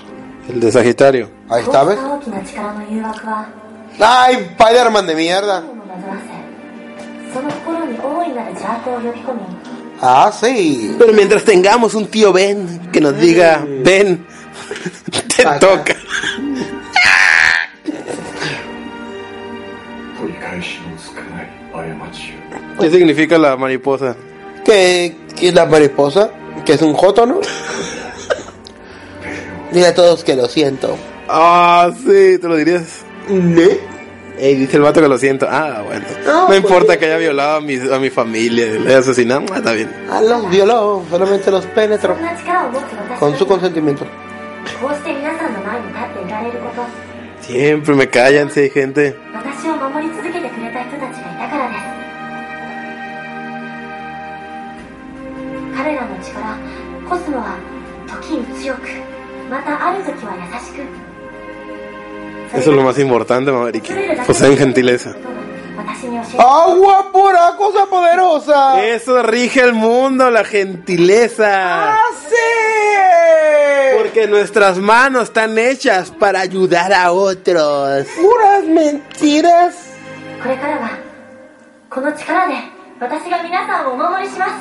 El de Sagitario.
Ahí
こう
está,
し
¿ves?
た大きな力の誘惑は
¡Ay, Spider-Man de mierda!
心を惑わせその心に大いなる邪悪を呼び込み
Ah, sí.
Pero mientras tengamos un tío Ben que nos diga, Ben, te
Saca.
toca.
取り返しのつかない過ちを
¿Qué significa la mariposa?
Que, que la mariposa, que es un joto, ¿no?
Dile a todos que lo siento.
Ah, sí, te lo dirías. Ey, dice el vato que lo siento. Ah, bueno. No,
pues
importa que haya violado a mi, a mi familia, le haya asesinado. Ah, está bien.
Ah, los violó, solamente los
そ
penetró.
んな力を持つ私
Con su
は
consentimiento.
こうして皆さんの前に立っていられること
Siempre me callan, sí, hay gente.
私を守り続けてくれた人たちがいたからです彼らの力コスモは時に強くまたある時は優しく
Eso es lo más importante, Maverick.
それが全
Poseen
ての人
gentileza.
々私に教えて
¡Agua pura, cosa poderosa!
Eso rige el mundo, la gentileza.
¡Sí!
Porque nuestras manos están hechas para ayudar a otros.
Puras mentiras.
これからはこの力で私が皆さんをお守りします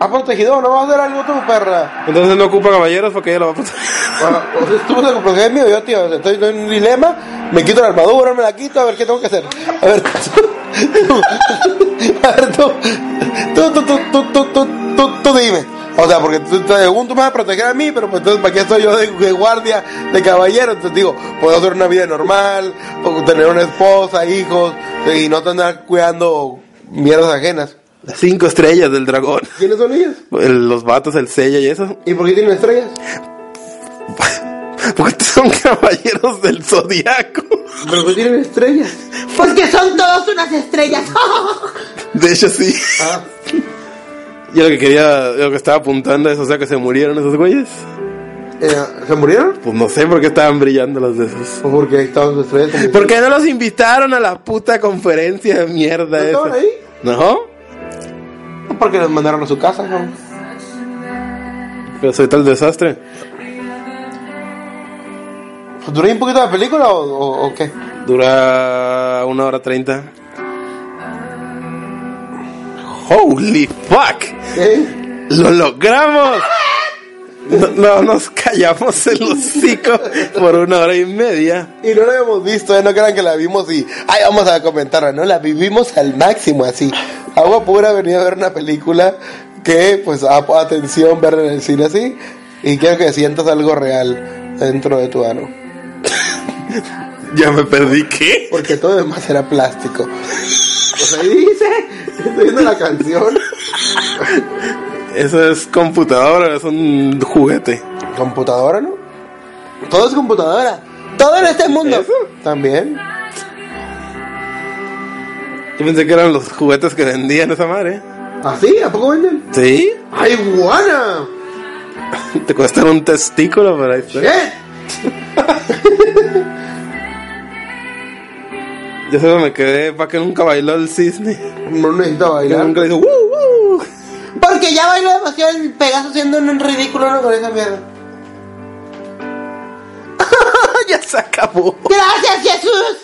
Ha protegido, Ah, no vas a hacer algo tú, perra.
Entonces no ocupa caballeros porque ella lo va a pasar.
Ah, o sea, tú vas a proteger mío, yo, tío, estoy en un dilema. Me quito la armadura, me la quito, a ver qué tengo que hacer. A ver, tú. a ver, tú. Tú, tú, tú, tú, tú, tú, tú, tú dime. O sea, porque tú, tú- según tú me vas a proteger a mí, pero pues entonces, ¿para qué estoy yo de, de guardia, de caballero? Entonces digo, puedo hacer una vida normal, o tener una esposa, hijos, y no andar cuidando mierdas ajenas.
Las cinco estrellas del dragón.
¿Quiénes son ellas?
El- los vatos, el sello y eso.
¿Y por qué tienen estrellas?
Porque son caballeros del zodiaco.
¿Pero qué tienen estrellas?
Porque son todos unas estrellas.
De hecho, sí.
Ah.
Yo lo que quería, lo que estaba apuntando es, o sea, que se murieron esos güeyes.
Eh, ¿Se murieron?
Pues no sé por qué estaban brillando los de esos.
Pues porque ahí estaban sus estrellas. como-
¿Por qué no los invitaron a la puta conferencia de mierda
¿No estaban
esa?
ahí?
¿No?
Pues Porque los mandaron a su casa, ¿no?
Pero soy tal desastre.
Pues duré un poquito la película o, o- o qué?
Dura una hora treinta. Holy fuck.
¿Eh?
¡Lo logramos! No, no nos callamos el hocico por una hora y media.
Y no la habíamos visto, ¿eh? No crean que la vimos y... ¡Ay, vamos a comentarla! No, la vivimos al máximo, así. Agua Pura venía a ver una película que, pues, a- atención, verla en el cine así. Y quiero que sientas algo real dentro de tu ano.
Ya me perdí, ¿qué?
Porque todo lo demás era plástico. Pues ahí dice, estoy viendo la canción.
Eso es computadora, es un juguete.
Computadora, ¿no? Todo es computadora. Todo en este mundo. También.
Yo pensé que eran los juguetes que vendían esa madre.
¿Así? ¿A poco venden?
¿Sí?
¡Ay, guana!
Te cuesta un testículo, pero ahí está.
¡Eh!
Yo solo me quedé para que nunca bailó el cisne.
No necesito
Que
bailar.
nunca le hizo "Woo, woo".
Porque ya bailó demasiado el Pegaso haciendo un ridículo ¿no? con esa mierda.
ya se acabó.
¡Gracias, Jesús!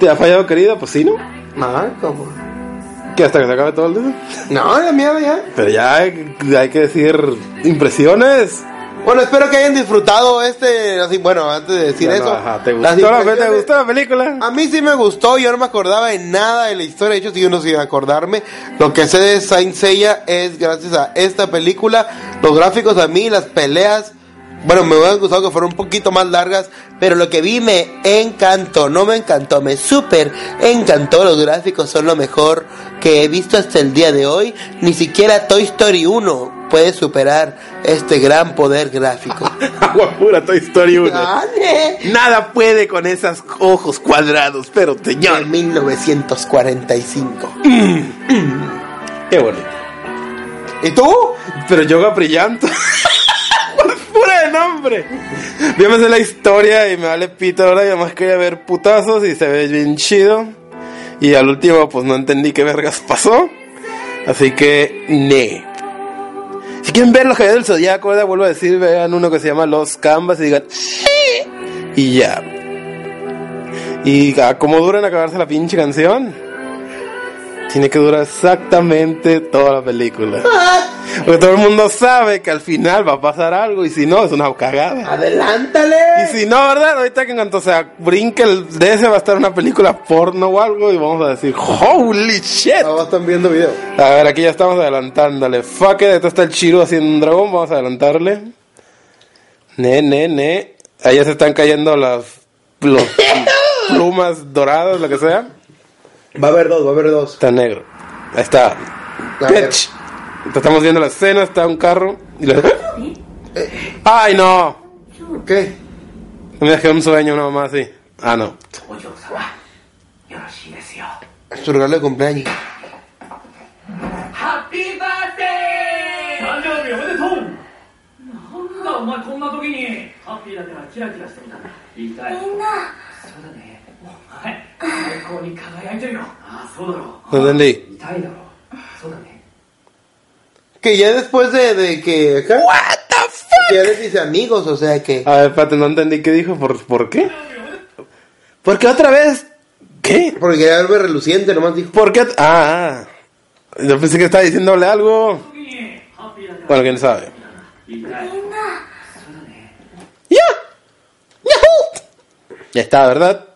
¿Te ha fallado, querido? Pues sí, ¿no?
Ah, ¿cómo?
Que hasta que se acabe todo el dedo.
No, la mierda ya.
Pero ya hay, hay que decir impresiones.
Bueno, espero que hayan disfrutado este. Así, bueno, antes de decir
Ya
eso.
no, ajá, ¿Te
las
gustó, la, pe- ¿Te
impresiones- Ah.
gustó la película?
A mí sí me gustó, yo no me acordaba de nada de la historia, de hecho, si yo no sé acordarme. Lo que sé de Saint Seiya es gracias a esta película, los gráficos a mí, las peleas. Bueno, me hubiera gustado que fueran un poquito más largas, pero lo que vi me encantó, no me encantó, me súper encantó. Los gráficos son lo mejor que he visto hasta el día de hoy. Ni siquiera Toy Story 1 puede superar este gran poder gráfico.
Agua pura, Toy Story 1.
Ah. ¡Dale!
Nada puede con esos ojos cuadrados, pero
De
señor.
1945.
Qué bonito.
¿Y tú?
Pero yoga brillante. Pura de nombre. Yo me sé la historia y me vale pito ahora. Y además quería ver putazos y se ve bien chido. Y al último, pues no entendí qué vergas pasó. Así que, ne. Si quieren ver los Caballeros del Zodiaco, ahora vuelvo a decir, vean uno que se llama Los Canvas y digan, "Sí", y ya. Y a como dura en acabarse la pinche canción, tiene que durar exactamente toda la película. Porque todo el mundo sabe que al final va a pasar algo y si no, es una cagada.
¡Adelántale!
Y si no, ¿verdad? Ahorita que en cuanto se brinque el de ese va a estar una película porno o algo y vamos a decir, holy shit.
No, están viendo video.
A ver, aquí ya estamos adelantándole. Fuck it, esto está el Chiru haciendo un dragón, vamos a adelantarle. Ne, ne, ne. Ahí ya se están cayendo las los plumas doradas, lo que sea.
Va a haber dos, va a haber dos.
Está negro. Ahí está.
A ver.
Pitch. Entonces Estamos viendo la escena, está un carro. Y la- ¡Ay, no!
¿Qué?
Me dejé un sueño, una mamá así. Ah, no.
お嬢様よろしいですよ
Es tu regalo de cumpleaños.
ハッピーバースデ
誕生日おめでとうなんだお前こんな時にハッピーだからキラキラしてみたんだ言いたい
みんな
そうだねお前最高に輝いてるよああそうだろ
No entendí.
痛いだろそうだね
Que ya después de, de que. Acá, ¿What the fuck? Ya les dice amigos, o sea que.
A ver, espérate, no entendí qué dijo. ¿Por, por qué? Porque otra vez. ¿Qué?
Porque quería verme reluciente, nomás dijo.
¿Por qué? Ah, ah. yo pensé que estaba diciéndole algo. Bueno, quién sabe.
みんな
¡Ya! ¡Yahoo! Ya está, ¿verdad?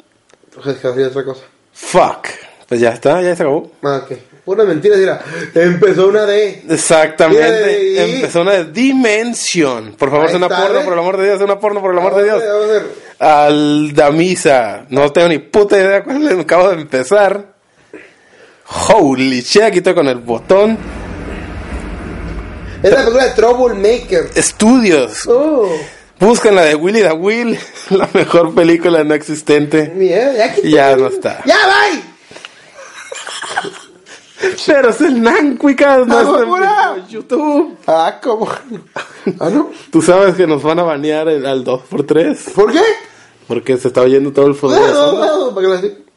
O sea, "Pues es que hacía otra cosa.
Fuck. Pues ya está, ya se acabó.
Ah, ok. Pura mentira, mira. Empezó una de.
Exactamente.
Mira, y-
Empezó una dimensión. Por favor,
Ahí
haz una
está,
porno,
¿eh?
por el amor de Dios, haz una porno, por el amor de Dios.
Vamos a ver.
Al Damisa. No tengo ni puta idea cuál es, acabo de empezar. Holy shit, aquí estoy con el botón.
Es la película de Troublemaker.
Estudios.
Oh,
Buscan la de Willy the Will, la mejor película no existente.
mierda, eh, ya
Y
quitó.
ya no está.
¡Ya, bye!
Pero es el Nancuicas, no es el
¡Ahora!
mismo YouTube.
Ah, ¿cómo? Ah, no.
Tú sabes que nos van a banear el- al 2x3
¿Por qué?
porque se está oyendo todo el
No,
fútbol.
no, no, para que la-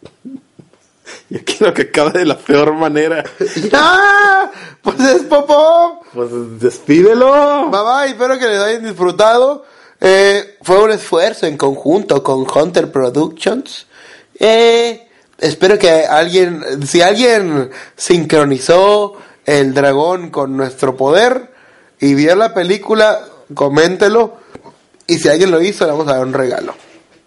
Yo quiero que acabe de la peor manera.
¡Ya! Pues es popó.
Pues despídelo.
Bye bye, espero que les hayan disfrutado. Eh, fue un esfuerzo en conjunto con Hunter Productions. Eh, espero que alguien, si alguien sincronizó el dragón con nuestro poder y vio la película, coméntelo. Y si alguien lo hizo, le vamos a dar un regalo.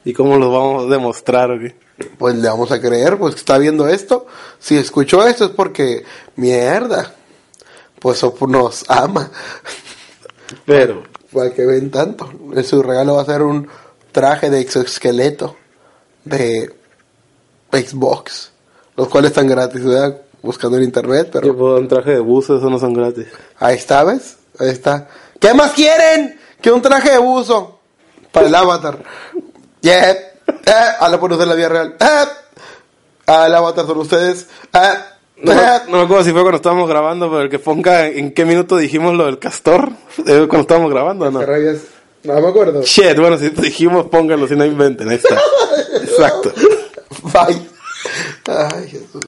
¿Y cómo lo vamos a demostrar? o qué?
Pues le vamos a creer, pues que está viendo esto. Si escuchó esto es porque, mierda, pues Opu nos ama.
Pero,
Para Pues, que ven tanto. Su regalo va a ser un traje de exoesqueleto de Xbox. Los cuales están gratis, ¿verdad? Buscando en internet,
yo
pero
puedo un traje de buzo, eso no son gratis.
ahí está, ¿ves? Ahí está. ¿Qué más quieren que un traje de buzo? Para el avatar. Yeah. Eh, a la poner de la vida real. Eh. Al avatar son ustedes. Eh.
No, no me acuerdo si fue cuando estábamos grabando, pero el que ponga en qué minuto dijimos lo del castor. eh, cuando estábamos grabando, ¿no?
Rayas. No me acuerdo.
Shit, bueno, si dijimos póngalo, si no inventen, ahí está. Exacto.
Bye. Ay, Jesús.